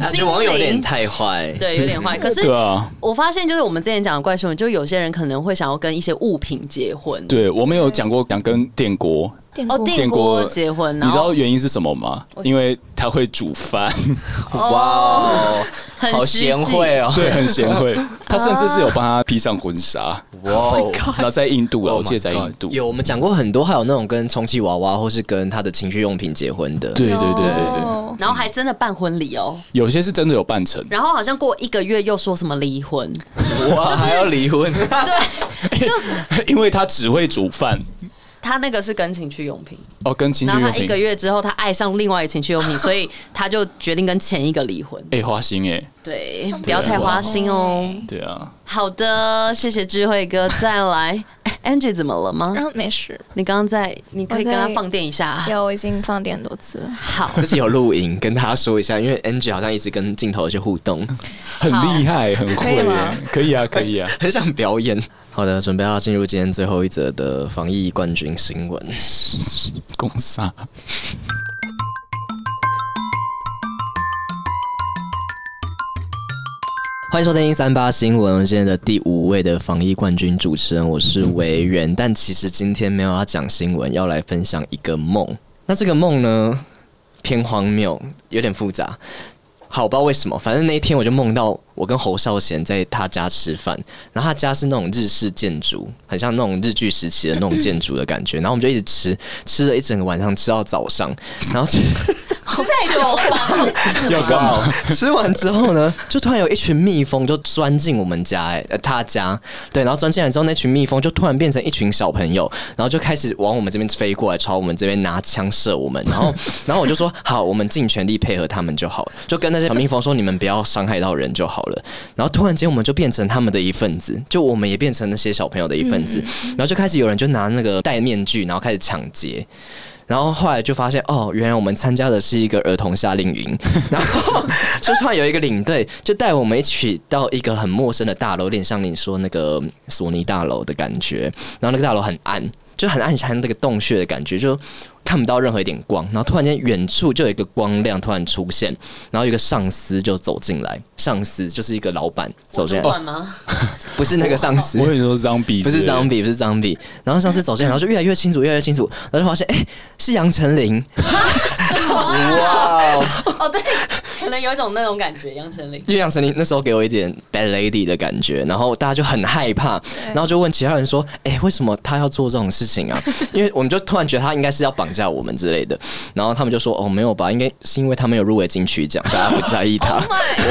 啊这网友有点太坏，对，有点坏。”可是对啊，我发现，就是我们之前讲的怪新闻，就有些人可能会想要跟一些物品结婚，对我们有讲过想跟电锅，电哦，锅电锅结婚，你然知嗯道后原因是什么吗？因为他会煮饭，哦，很好实际贤惠 哦，对，很贤惠。他甚至是有帮他披上婚纱，哇哦，然后在印度啊， Oh 我记得在 my 印度。有我们讲过很多，还有那种跟充气娃娃或是跟他的情趣用品结婚的，对对对对对，哦然后还真的办婚礼哦，有些是真的有办成。 然后好像过一个月又说什么离婚，哦哇，还要离婚，对，就是因为他只会煮饭他那个是跟情趣用品，哦，跟情然趣后用他一品个。月之后他爱上另外一个情趣用品，所以他就决定跟前一个离婚。哎、花心哎、对，啊不要太花心哦。对啊，好的，谢谢智慧哥，再来。哎 Angie 怎么了吗？然后没事，你刚刚在，你可以我在跟他放电一下啊。有我已经放电很多次了。好，自己有录影跟他说一下，因为 Angie 好像一直跟镜头有些互动，很厉害，很可以会、吗欸，可以啊，可以啊。 很想表演。好的，准备要进入今天最后一则的防疫冠军新闻。攻杀。欢迎收听三八新闻，今天的第五位的防疫冠军主持人，我是维园。但其实今天没有要讲新闻，要来分享一个梦。那这个梦呢，偏荒谬，有点复杂。好，不知道为什么，反正那一天我就梦到我跟侯孝贤在他家吃饭，然后他家是那种日式建筑，很像那种日剧时期的那种建筑的感觉。然后我们就一直吃，吃了一整个晚上，吃到早上，然后吃。太久了吧？要干嘛？吃完之后呢，就突然有一群蜜蜂就钻进我们家、哎，呃，他家，对，然后钻进来之后，那群蜜蜂就突然变成一群小朋友，然后就开始往我们这边飞过来，朝我们这边拿枪射我们，然后， 然后我就说，好，我们尽全力配合他们就好了，就跟那些小蜜蜂说，你们不要伤害到人就好了。然后突然间，我们就变成他们的一份子，就我们也变成那些小朋友的一份子，然后就开始有人就拿那个戴面具，然后开始抢劫。然后后来就发现，哦，原来我们参加的是一个儿童夏令营，然后就突然有一个领队就带我们一起到一个很陌生的大楼，有点像你说那个索尼大楼的感觉，然后那个大楼很暗。就很暗，很那个洞穴的感觉，就看不到任何一点光，然后突然间远处就有一个光亮突然出现，然后有一个上司就走进来，上司就是一个老板走进来，管吗？不是那个上司我，跟你说是张比，不是张比，不是张比。然后上次走进来，然后就越来越清楚，越来越清楚，然后就发现，哎、是杨丞琳，哦，对，可能有一种那种感觉，杨丞琳。因为杨丞琳那时候给我一点 bad lady 的感觉，然后大家就很害怕，然后就问其他人说，哎、为什么他要做这种事情啊？因为我们就突然觉得他应该是要绑架我们之类的，然后他们就说，哦，没有吧，应该是因为他没有入围金曲奖，大家不在意他。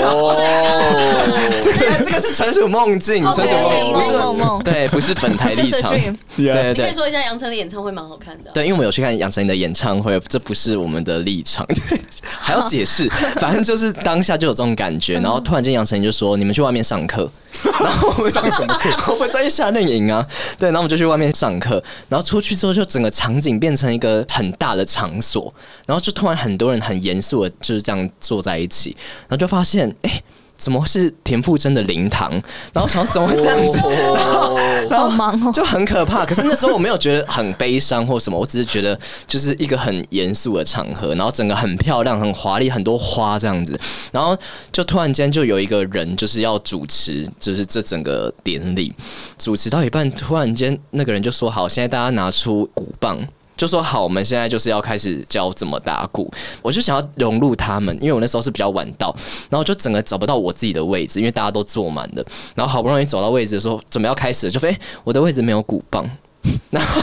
哦这个这个是纯属梦境，纯属梦境， OK，不是梦梦梦对，不是本台 Just a 立场。 dream 对对你可以对。说一下杨丞琳演唱会蛮好看的啊、对，因为我们有去看杨丞琳的演唱会，这不是我们的立场， 还要解 释。反正就是当下就有这种感觉，然后突然间杨丞琳就说：“你们去外面上 课。”然后我们上什么课？我们再去夏令营啊。对，然后我们就去外面上课，然后出去之后就整个场景变成一个很大的场所，然后就突然很多人很严肃的就是这样坐在一起，然后就发现，哎、怎么是田馥甄的灵堂？然后想说怎么会这样子？然后好忙哦就很可怕。可是那时候我没有觉得很悲伤或什么，我只是觉得就是一个很严肃的场合，然后整个很漂亮、很华丽、很多花这样子。然后就突然间就有一个人就是要主持，就是这整个典礼，主持到一半，突然间那个人就说：“好，现在大家拿出鼓棒。”就说好，我们现在就是要开始教怎么打鼓。我就想要融入他们，因为我那时候是比较晚到，然后就整个找不到我自己的位置，因为大家都坐满了。然后好不容易走到位置的时候，准备要开始了，就发现诶我的位置没有鼓棒。 然后，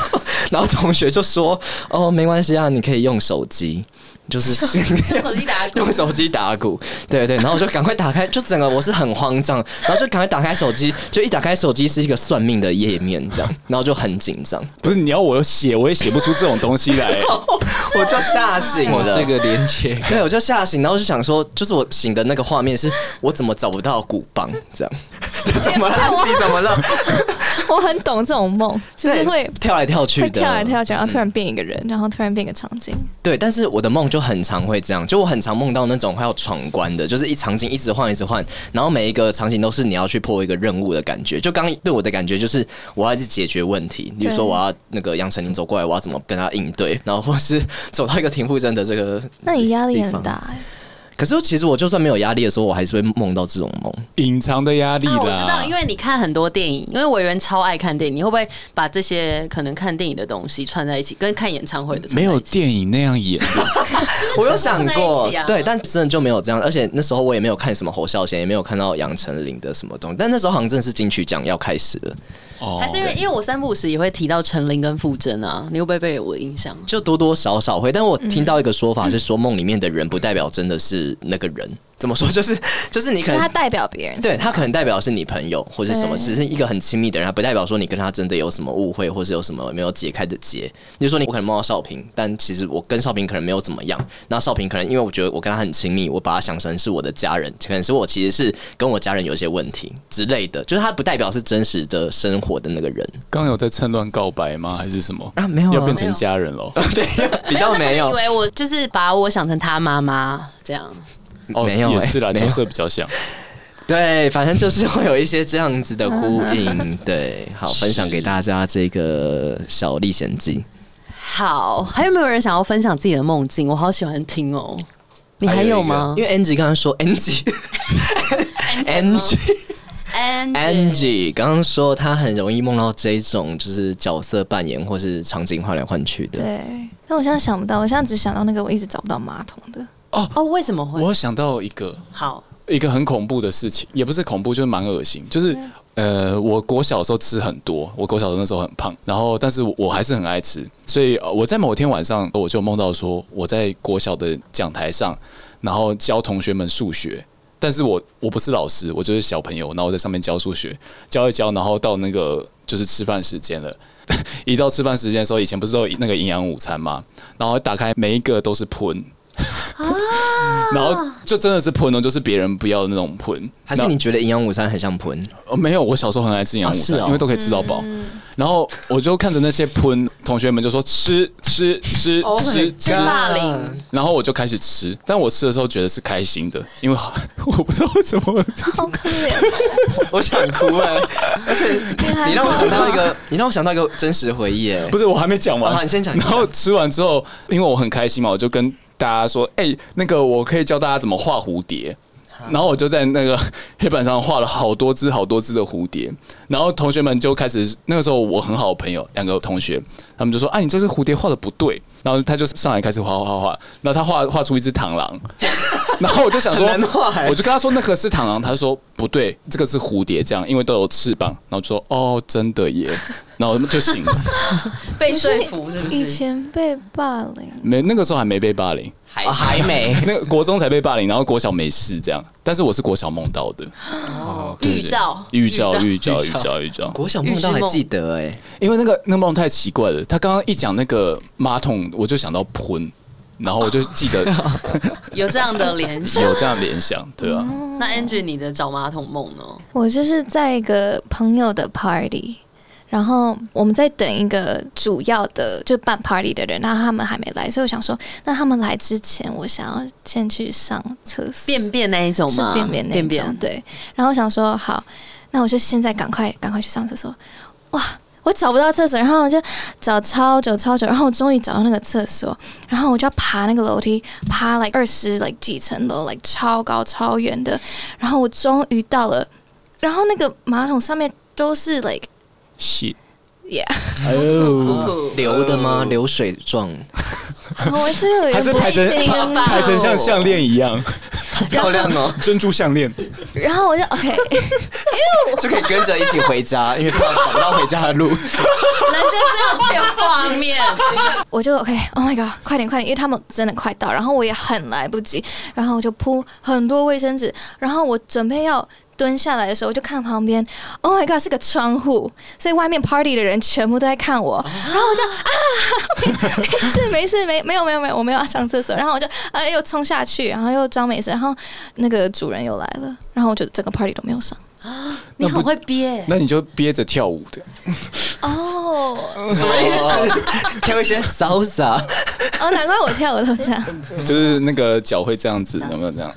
然后同学就说：“哦，没关系啊，你可以用手机，就是 用手机打鼓用手机打鼓，对对，然后我就赶快打开，就整个我是很慌张，然后就赶快打开手机，就一打开手机是一个算命的页面，这样，然后就很紧张，不是你要我写，我也写不出这种东西来。 我就吓醒我了。这个连接对，我就吓醒，然后就想说，就是我醒的那个画面是，我怎么找不到鼓棒？这样， 怎么了？安琪怎么了？我很懂这种梦，就是会跳来跳去会的，嗯跳来跳去，然后突然变一个人，然后突然变一个场景。对，但是我的梦就很常会这样，就我很常梦到那种快要闯关的，就是一场景一直换一直换，然后每一个场景都是你要去破一个任务的感觉。就刚对我的感觉就是我要去解决问题，比如说我要那个杨丞琳走过来，我要怎么跟他应对，然后或是走到一个田馥甄的这个， 那你压力很。大、可是其实我就算没有压力的时候，我还是会梦到这种 梦。隐藏的压力啦。啊，我知道，因为你看很多电影，因为委员超爱看电影，你会不会把这些可能看电影的东西串在一起，跟看演唱会的串在没一起有电影那样演，我有 想在过一起啊，对，但真的就没有这样。而且那时候我也没有看什么侯孝贤，也没有看到杨丞琳的什么东西。但那时候好像真的是金曲奖要开始了，哦还是因为因为我三不五时也会提到陈琳跟傅征啊，你会不会被我影响？就多多少少会。但我听到一个说法是说，梦里面的人不代表真的是那个人。怎么说？就是 就是你可哎，能他代表别人，对他可能代表是你朋友或者什么，对只是一个很亲密的人，他不代表说你跟他真的有什么误会，或是有什么没有解开的结。比如说你我可能梦到少平，但其实我跟少平可能没有怎么样。那少平可能因为我觉得我跟他很亲密，我把他想成是我的家人，可能是我其实是跟我家人有一些问题之类的，就是他不代表是真实的生活的那 个人。刚有在趁乱告白吗？还是什么啊没有啊要变成家人喽？对，比较没有以，为我就是把我想成他妈妈这样， 哦，没有也欸是 啦，没有角色比较像。对，反正就是会有一些这样子的呼应。对，好，分享给大家这个小历险记。好，还有没有人想要分享自己的梦境？我好喜欢听哦。你还有吗因为 Angie 刚刚说 Angie。Angie ？Angie Angie 刚刚说她很容易梦到这种就是角色扮演或是场景换来换去的，对。但我现在想不到，我现在只想到那个我一直找不到马桶 的。哦，为什么会我有想到一个好？一个很恐怖的事情，也不是恐怖，就是蛮恶心，就是。呃，我国小的时候吃很多，我国小的时候那时候很胖，然后但是我我还是很爱吃，所以呃我在某天晚上我就梦到说我在国小的讲台上，然后教同学们数学，但是我我不是老师，我就是小朋友，然后我在上面教数学，教一教，然后到那个就是吃饭时间了。 一到吃饭时间的时候，以前 不是都有那个营养午餐嘛，然后打开每一个都是喷，然后就真的是喷哦，就是别人不要的那种喷。还是你觉得营养午餐很像盆？哦，没有，我小时候很爱吃营养午餐，啊是哦因为都可以吃到饱。然后我就看着那些喷同学们就说吃吃吃 Oh my 吃 God 吃，霸凌，然后我就开始吃，但我吃的时候觉得是开心的，因为 我不知道为什么好可怜， 我想哭哎、你你让我想到一个，你让我想到一个真实回忆哎、不是，我还没讲完、哦你先讲然后吃完之后，因为我很开心嘛，我就跟大家说：“哎、那个我可以教大家怎么画蝴蝶。”然后我就在那个 黑板上画了好多只、好多只的蝴蝶。然后同学们就开始，那个时候我很好的朋友两个同学，他们就说：“啊，你这只蝴蝶画的不对。”然后他就上来开始画画画画，然后他画画出一只螳 螂。然后我就想说很难画欸，我就跟他说那个是螳螂，他说不对，这个是蝴蝶，这样因为都有翅膀。然后我就说哦，真的耶，然后就醒了。被说服是不以是？前被霸凌，没那个时候还没被霸凌，还还没那个国中才被霸凌，然后国小没事这样，但是我是国小梦到的，哦预兆，预兆预兆预预兆兆预兆，国小梦到还记得哎、因为那个那梦太奇怪了，他刚刚一讲那个马桶，我就想到喷，然后我就记得有这样的联想。 有这样联想，对啊，那 Angie，你的找马桶梦呢？我就是在一个朋友的 party。然后我们在等一个主要的就办 party 的人，然后他们还没来，所以我想说，那他们来之前，我想要先去上厕所。便便那一种是吗？便便那种，对。然后我想说，好，那我就现在赶快赶快去上厕所。哇，我找不到厕所，然后我就找超久超久，然后我终于找到那个厕所，然后我就要爬那个楼梯，爬 like 二十 like 几层楼，like 超高超远的，然后我终于到了，然后那个马桶上面都是 like 是 yeah，哎嗯哦流的吗？流水状，我这个还是排成成排成像项链一样， 漂亮哦， 珍珠项链，然后我就 OK，就可以跟着一起回 家，因为他找不到回家的路。人家这样没有画面，我就 OK，Oh、my god，快点快点，因为他们真的快到，然后我也很来不及，然后我就铺很多卫生纸，然后我准备要蹲下来的时候，我就看旁边，Oh my god，是个窗户，所以外面 party 的人全部都在看我，然后我就啊， 没没事没事没没有没有没有，我没有要上厕所，然后我就哎、又冲下去，然后又装没事，然后那个主人又来了，然后我就整个 party 都没有上。你很会憋。那你就憋着跳舞的， 哦，什么意思？ 跳一些 salsa，哦，难怪我跳舞都这样。就是那个脚会这样子，有没有这样？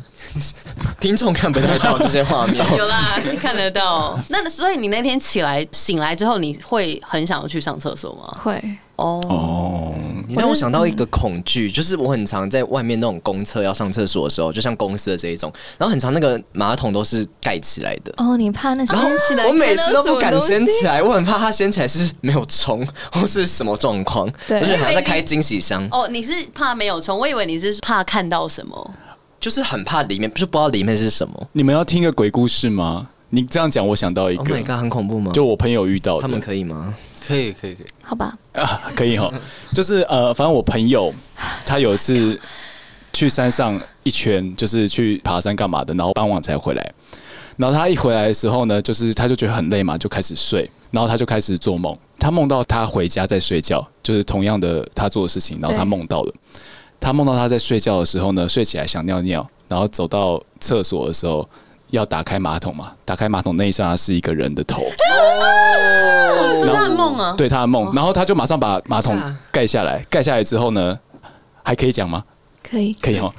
听众看不太到这些画面。有啦，看得到。那所以你那天起来醒来之后，你会很想要去上厕所吗？会，哦，你让我想到一嗯个恐惧，就是我很常在外面那种公厕要上厕所的时候，就像公司的这一种，然后很常那个马桶都是盖起来的。哦，你怕那些然后啊起来哦我每次都不敢掀起来，来，我很怕它掀起来是没有冲或是什么状况，对而且还在开惊喜箱，哦，你是怕没有冲，我以为你是怕看到什么。就是很怕里面，就是不知道里面是什么。你们要听一个鬼故事吗？你这样讲，我想到一 Oh my 个， god，很恐怖吗？就我朋友遇到的，他们可以吗？可以可以可以，好吧，啊，可以哈，就是呃，反正我朋友他有一次去山上一圈，就是去爬山干嘛的，然后傍晚才回来。然后他一回来的时候呢，就是他就觉得很累嘛，就开始睡，然后他就开始做梦，他梦到他回家在睡觉，就是同样的他做的事情，然后他对梦到了，他梦到他在睡觉的时候呢，睡起来想尿尿，然后走到厕所的时候要打开马桶嘛，打开马桶那一刹那是一个人的头。这是他的梦啊，对他的哦梦，然后他就马上把马桶啊盖下来，盖下来之后呢，还可以讲吗？可以。可以哦。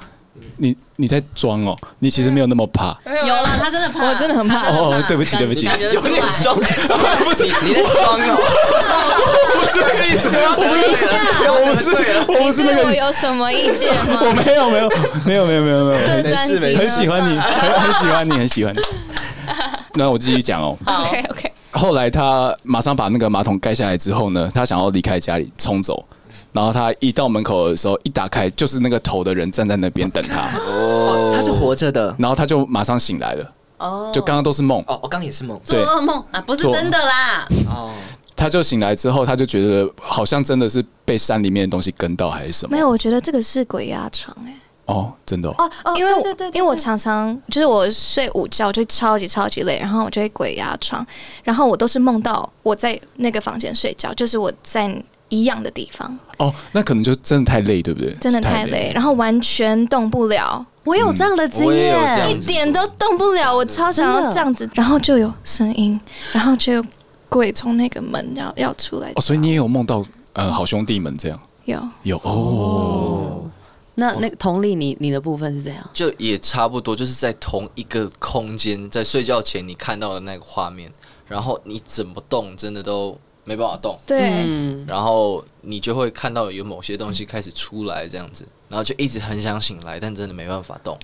你你在装哦，你其实没有那么怕。啊有啊啦，他真的怕，我真的很怕他真的哦对不起感对不起感觉得出来装，什么不是你在装哦？不是那个意思，我不是，我不是你那对个哎我意思，有啊什么意见吗？我没有没有没有没有没有没有，这啊专辑很喜欢 你，很很喜欢你，很喜欢你。那我继续讲 哦。好 OK OK，后来他马上把那个马桶盖下来之后呢，他想要离开家里冲走，然后他一到门口的时候，一打开就是那个头的人站在那边等他，哦他是活着的。然后他就马上醒来了。哦，就刚刚都是梦，哦，我刚也是梦。做对噩梦啊，不是做真的啦，哦，他就醒来之后，他就觉得好像真的是被山里面的东西跟到还是什么，没有，我觉得这个是鬼压床哎、哦，真的、哦，因为我因为我常常就是我睡午觉就会超级超级累，然后我就会鬼压床，然后我都是梦到我在那个房间睡觉，就是我在一样的地方，哦，那可能就真的太累，对不对？真的太累，然后完全动不了，我有这样的经我也有这验样一，点都动不了，我超想真要的这样哦子，然后就有声音，然后就有鬼从那个门要要出来哦，，所以你也有梦到呃好兄弟们这样有有哦，那那个同理你你的部分是怎样？就也差不多，就是在同一个空间，在睡觉前你看到的那个画面，然后你怎么动，真的都没办法动，对，嗯，然后你就会看到有某些东西开始出来这样子，然后就一直很想醒来，但真的没办法动，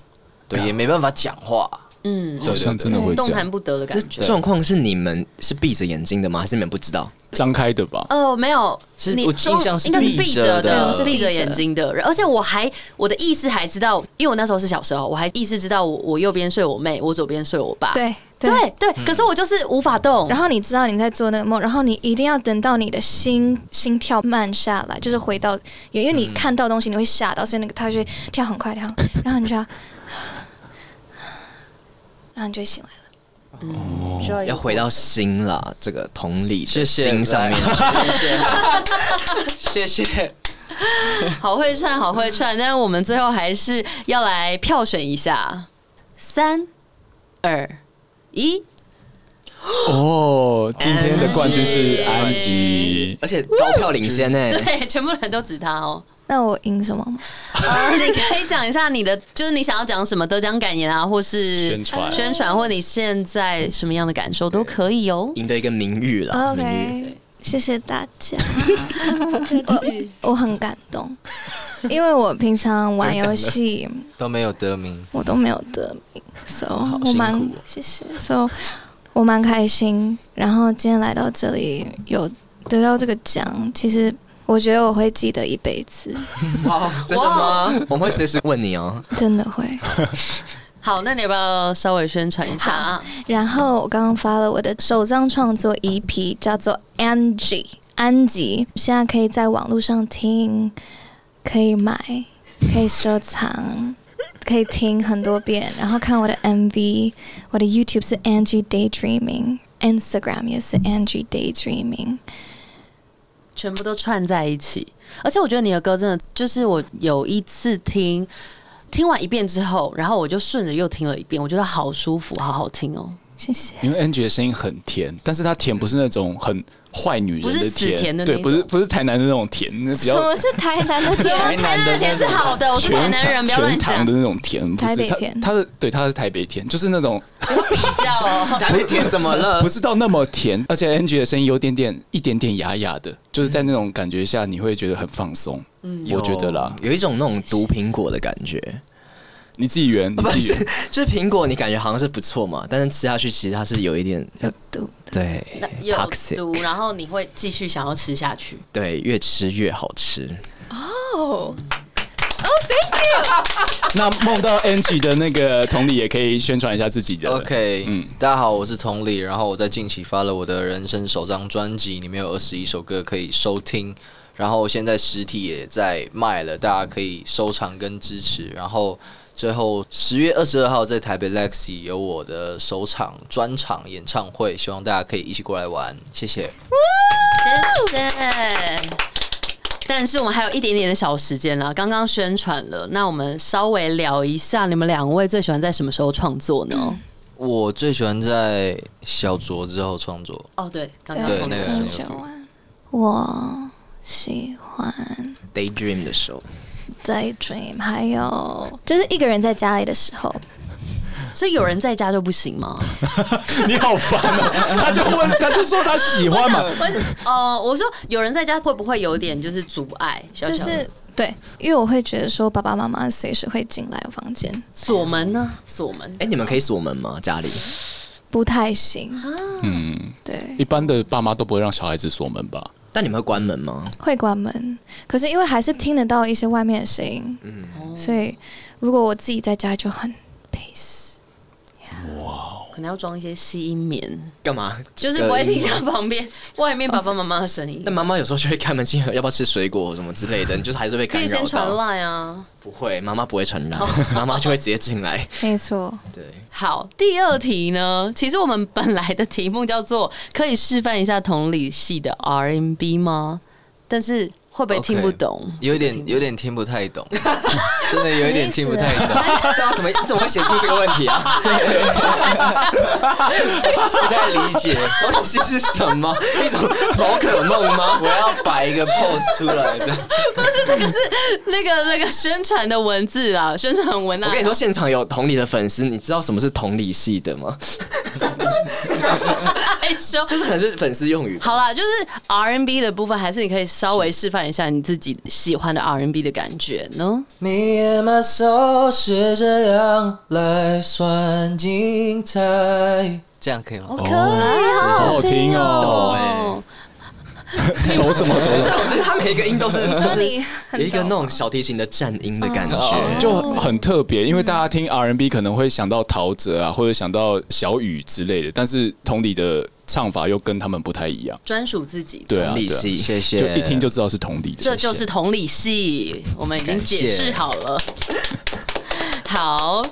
对，啊也没办法讲话，嗯，对好对像真的对，会这动样，弹不得的感觉。状况是你们是闭着眼睛的吗？还是你们不知道？张开的吧？哦，没有，是你我中印象是应该是闭闭着着的的，我是对闭着眼睛的，而且我还我的意识还知道，因为我那时候是小时候，我还意识知道我我右边睡我妹，我左边睡我爸，对对。对对，可是我就是无法动，然后你知道你在做那个梦，然后你一定要等到你的心心跳慢下来，就是回到，因为你看到东西你会吓到，所以那个它就会跳很快跳，然后你就要，然后你就会醒来了。需要一个要回到心啦，这个同理的谢谢心上面。啊谢谢。好会串，好会串，但是我们最后还是要来票选一下，三二一，哦，今天的冠军是安吉， 而且高票领先呢、欸嗯对，全部人都指他哦。那我赢什么吗？ 呃，你可以讲一下你的，就是你想要讲什么得奖感言啊，或是宣传宣传，或你现在什么样的感受都可以哦。赢得一个名誉啦。哦 OK，谢谢大 家，我我很感动，因为我平常玩游戏都没有得名，我都没有得名，so 我辛苦蛮哦谢谢，so 我蛮开心。然后今天来到这里有得到这个奖，其实我觉得我会记得一辈子，真的吗？我们会随时问你哦、真的会。好，那你要不要稍微宣传一下啊？然后我刚刚发了我的首张创作 EP，叫做 Angie 安吉，现在可以在网络上听，可以买，可以收藏，可以听很多遍，然后看我的 MV，我的 YouTube 是 Angie Daydreaming。Instagram 也是 Angie Daydreaming，全部都串在一起，而且我觉得你的歌真的就是我有一次听，听完一遍之后，然后我就顺着又听了一遍，我觉得好舒服，好好听哦，谢谢。因为 Angie 的声音很甜，但是她甜不是那种很坏女人不是的死甜的那对，不是种不是台南的那种甜，那比什较么是台南的甜？台南的甜是好的，我是台全南人，糖不要全乱糖讲的。那种甜，不台北是她甜她的对她是台北甜，就是那种叫哦，台北甜怎么了不？是到那么甜，而且 Angie 的声音有点点一点点哑哑的，就是在那种感觉下你会觉得很放松，我觉得啦，嗯有一种那种毒苹果的感觉，你自己圆，你 不自己是圆，就是苹果，你感觉好像是不错嘛，但是吃下去其实它是有一点毒呃对有 toxic，毒，然后你会继续想要吃下去。对，越吃越好吃。哦，那梦到 Angie 的那个同理也可以宣传一下自己的 OK，嗯嗯，大家好，我是同理，然后我在近期发了我的人生首张专辑，里面有二十一首歌可以收听，然后现在实体也在卖了，大家可以收藏跟支持。然后最后十月二十二号在台北 Lexi 有我的首场专场演唱会，希望大家可以一起过来玩，谢谢。谢谢。但是我们还有一点点的小时间了，刚刚宣传了，那我们稍微聊一下，你们两位最喜欢在什么时候创作呢？我最喜欢在小酌之后创 作，哦，对，刚刚对对那个很啊很有喜趣欢。我喜欢 Daydream 的时候，在 dream，还有就是一个人在家里的时候，所以有人在家就不行吗？ 你好烦 啊！他就问，他就说他喜欢嘛，我想哦、我说有人在家会不会有点就是阻碍？小就小的是对，因为我会觉得说爸爸妈妈随时会进来我房间，锁门呢？锁门哎、你们可以锁门吗？家里？不太行。啊嗯，一对，般的爸妈都不会让小孩子锁门 吧？但你们会关门吗？会关门，可是因为还是听得到一些外面的声音，嗯，所以如果我自己在家就很 peace。可能要装一些吸音棉，干嘛？就是不会听到旁边外面爸爸妈妈的声音那。妈妈有时候就会开门进来，要不要吃水果什么之类的，你就是还是被可干以扰先传到。来啊。不会，妈妈不会传染，妈妈就会直接进来。没错，对，好，第二题呢？其实我们本来的题目叫做“可以示范一下同理系的 R&B 吗？”但是会不会听不懂？有点有点听不太 懂，真的有一点听不太懂。 对啊，怎么你怎么会写出这个问题 啊？不太理 解。我东西是什么？一种宝可梦 吗？我要摆一个 pose 出来的。这个是 那个那个宣传的文字啊， 宣传文啊。我跟你说，，现场有同理的粉丝，你知道什么是同理系的吗？害羞。就是很是粉丝用语。好啦，就是 R N B 的部分，还是你可以稍微示范一下你自己喜欢的 R N B 的感觉呢？你 and my soul 是这样来算精彩。这样可以吗？可以，好好听哦，哦，抖什么抖，我觉得他每一个音都是就这 是里有很一个懂那种哦小提琴的颤音的感觉。就很特别。因为大家听 R&B 可能会想到陶喆啊，或者想到小雨之类的，但是同理的唱法又跟他们不太一样。专属自己的。对啊，同理对啊系，谢谢。就一听就知道是同理这的。就是同理系，我们已经解释好了。 好，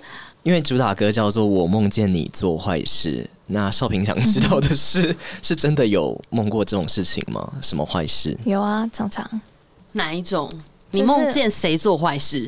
因为主打歌叫做《我梦见你做坏事》，那少平想知道的是， 是真的有梦过这种事情吗？什么坏事？有啊，常常哪一种？你就是梦见谁做坏事？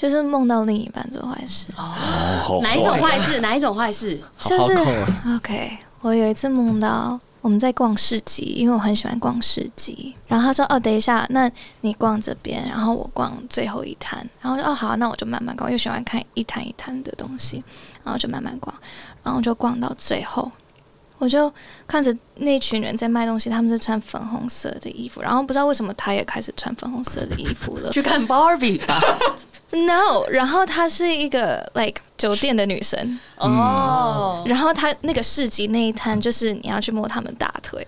就是梦到另一半做坏事。哦好哪一种坏哦事？哪一种坏事？就是好好控啊 OK，我有一次梦到我们在逛市集，因为我很喜欢逛市集。然后他说：“哦，等一下，那你逛这边，然后我逛最后一摊。”然后我就：“哦，好，那我就慢慢逛，又喜欢看一摊一摊的东西，然后就慢慢逛，然后就逛到最后。”我就看着那群人在卖东西，他们是穿粉红色的衣服，然后不知道为什么他也开始穿粉红色的衣服了。去看 Barbie 吧。 No，然后她是一个 like 酒店的女生，嗯哦，然后他那个市集那一摊就是你要去摸他们大腿，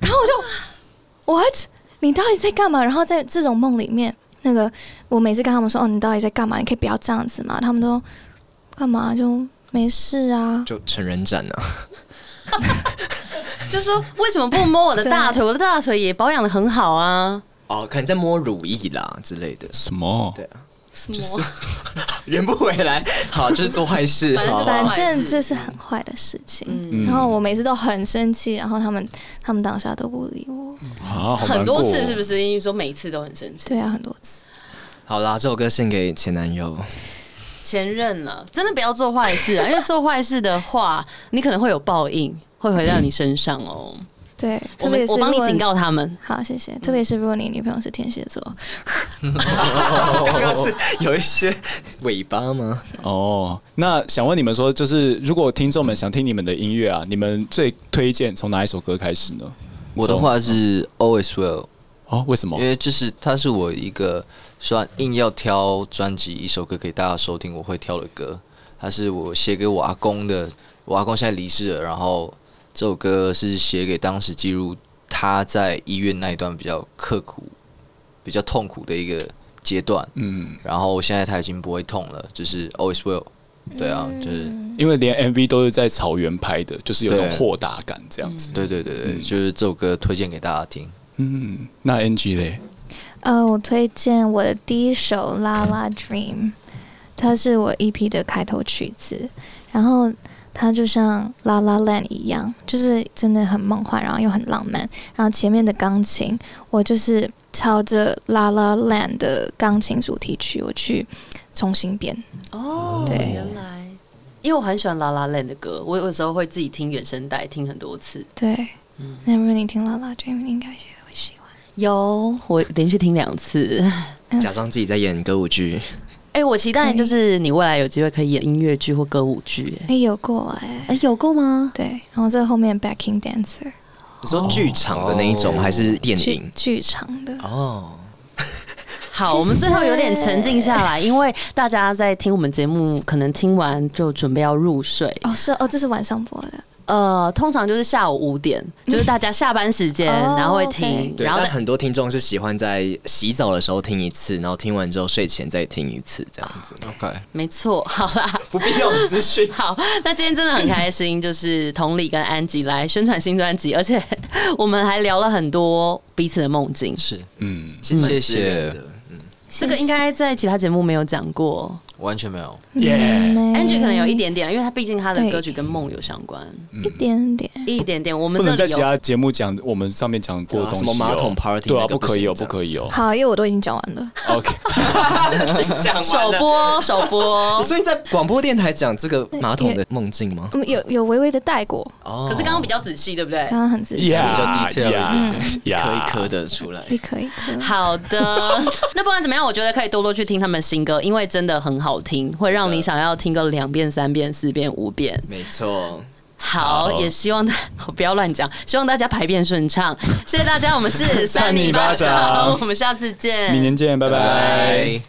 然后我就 what？你到底在干嘛？然后在这种梦里面，那个我每次跟他们说哦，你到底在干嘛？你可以不要这样子嘛？他们都干嘛就没事啊。就成人展啊，就说为什么不摸我的大腿？我的大腿也保养的很好啊。哦，可能在摸乳液啦之类的，什么？对啊，什么？圆不回来，好，就是做坏事，反正好就是反好，正这是很坏的事情，嗯然后我每次都很生气，然后他们他们当下都不理我，嗯啊，好很难过多哦次是不是？因为说每一次都很生气。对啊，很多次，好啦，这首歌献给前男友，前任了，真的不要做坏事啊！因为做坏事的话，你可能会有报应，会回到你身上哦。对，我特们别是我帮你如果警告他们。好，谢谢，特别是如果你女朋友是天蝎座，刚刚是有一些尾巴吗？哦。那想问你们说，就是如果听众们想听你们的音乐啊，你们最推荐从哪一首歌开始呢？ 我的话是 Always Will，哦，为什么因？为就是它是我一个算硬要挑专辑一首歌给大家收听，我会挑的歌。它是我写给我阿公的，我阿公现在离世了，然后这首歌是写给当时记录他在医院那一段比较刻苦、比较痛苦的一个阶段。嗯，然后现在他已经不会痛了，就是 Always Will。对啊，就是因为连 MV 都是在草原拍的，就是有种对豁达感这样子。对对对对，就是这首歌推荐给大家听。嗯，那 NG 嘞？呃，我推荐我的第一首《La La Dream》，它是我 EP 的开头曲子，然后它就像《La La Land》一样，就是真的很梦幻，然后又很浪漫。然后前面的钢琴，我就是朝着《La La Land》的钢琴主题曲，我去重新编。哦，对原来，因为我很喜欢拉拉链的歌，我有时候会自己听原声带，听很多次。对，那如果你听《La La Dream》，你应该也会喜欢。有，我连续听两次。假装自己在演歌舞剧，哎、我期待就是你未来有机会可以演音乐剧或歌舞剧、哎哎，有过哎、哎、有过吗？对，然后这后面 backing dancer 你说剧场的那一种还是电剧影？剧场的，哦，好，我们最后有点沉静下来，因为大家在听我们节目，可能听完就准备要入睡。哦，是哦，这是晚上播的。呃，通常就是下午五点，就是大家下班时间，哦 然后会 OK 听，对，然后但再很多听众是喜欢在洗澡的时候听一次，然后听完之后睡前再听一次，这样子。 OK，没错，好啦，。不必要的资讯好，那今天真的很开心，就是同理跟安吉来宣传新专辑，而且 我们还聊了很多彼此的梦境，是嗯，其实蛮谢私人谢的。这个应该在其他节目没有讲过。完全没有。耶！ Angie ，Angie 可能有一点啊点，因为他毕竟他的嗯对歌曲跟梦有相关，嗯一点点，一点点。我们不这能在里其有他节目讲我们上面讲过的东西哦、什么马桶 party 对啊，那不个可以哦，不行不可以哦。好，因为我都已经讲完了。 OK，讲首播，首 播。所以在广播电台讲这个马桶的梦境吗？嗯，有有微微的带过，哦可是刚刚比较仔细，对不对？刚刚很仔细，比较 yeah， detail 一一点哦颗一 yeah，颗的出来。一颗一颗。好的， 那不管怎么样，我觉得可以多多去听他们新歌，因为真的很好听，会让你想要听个两遍、三遍、四遍、五遍。没错，好，好也希望大 不要乱讲，希望大家排便顺畅。 谢谢大家，我们是三米巴掌我们下次见，明年见，拜拜。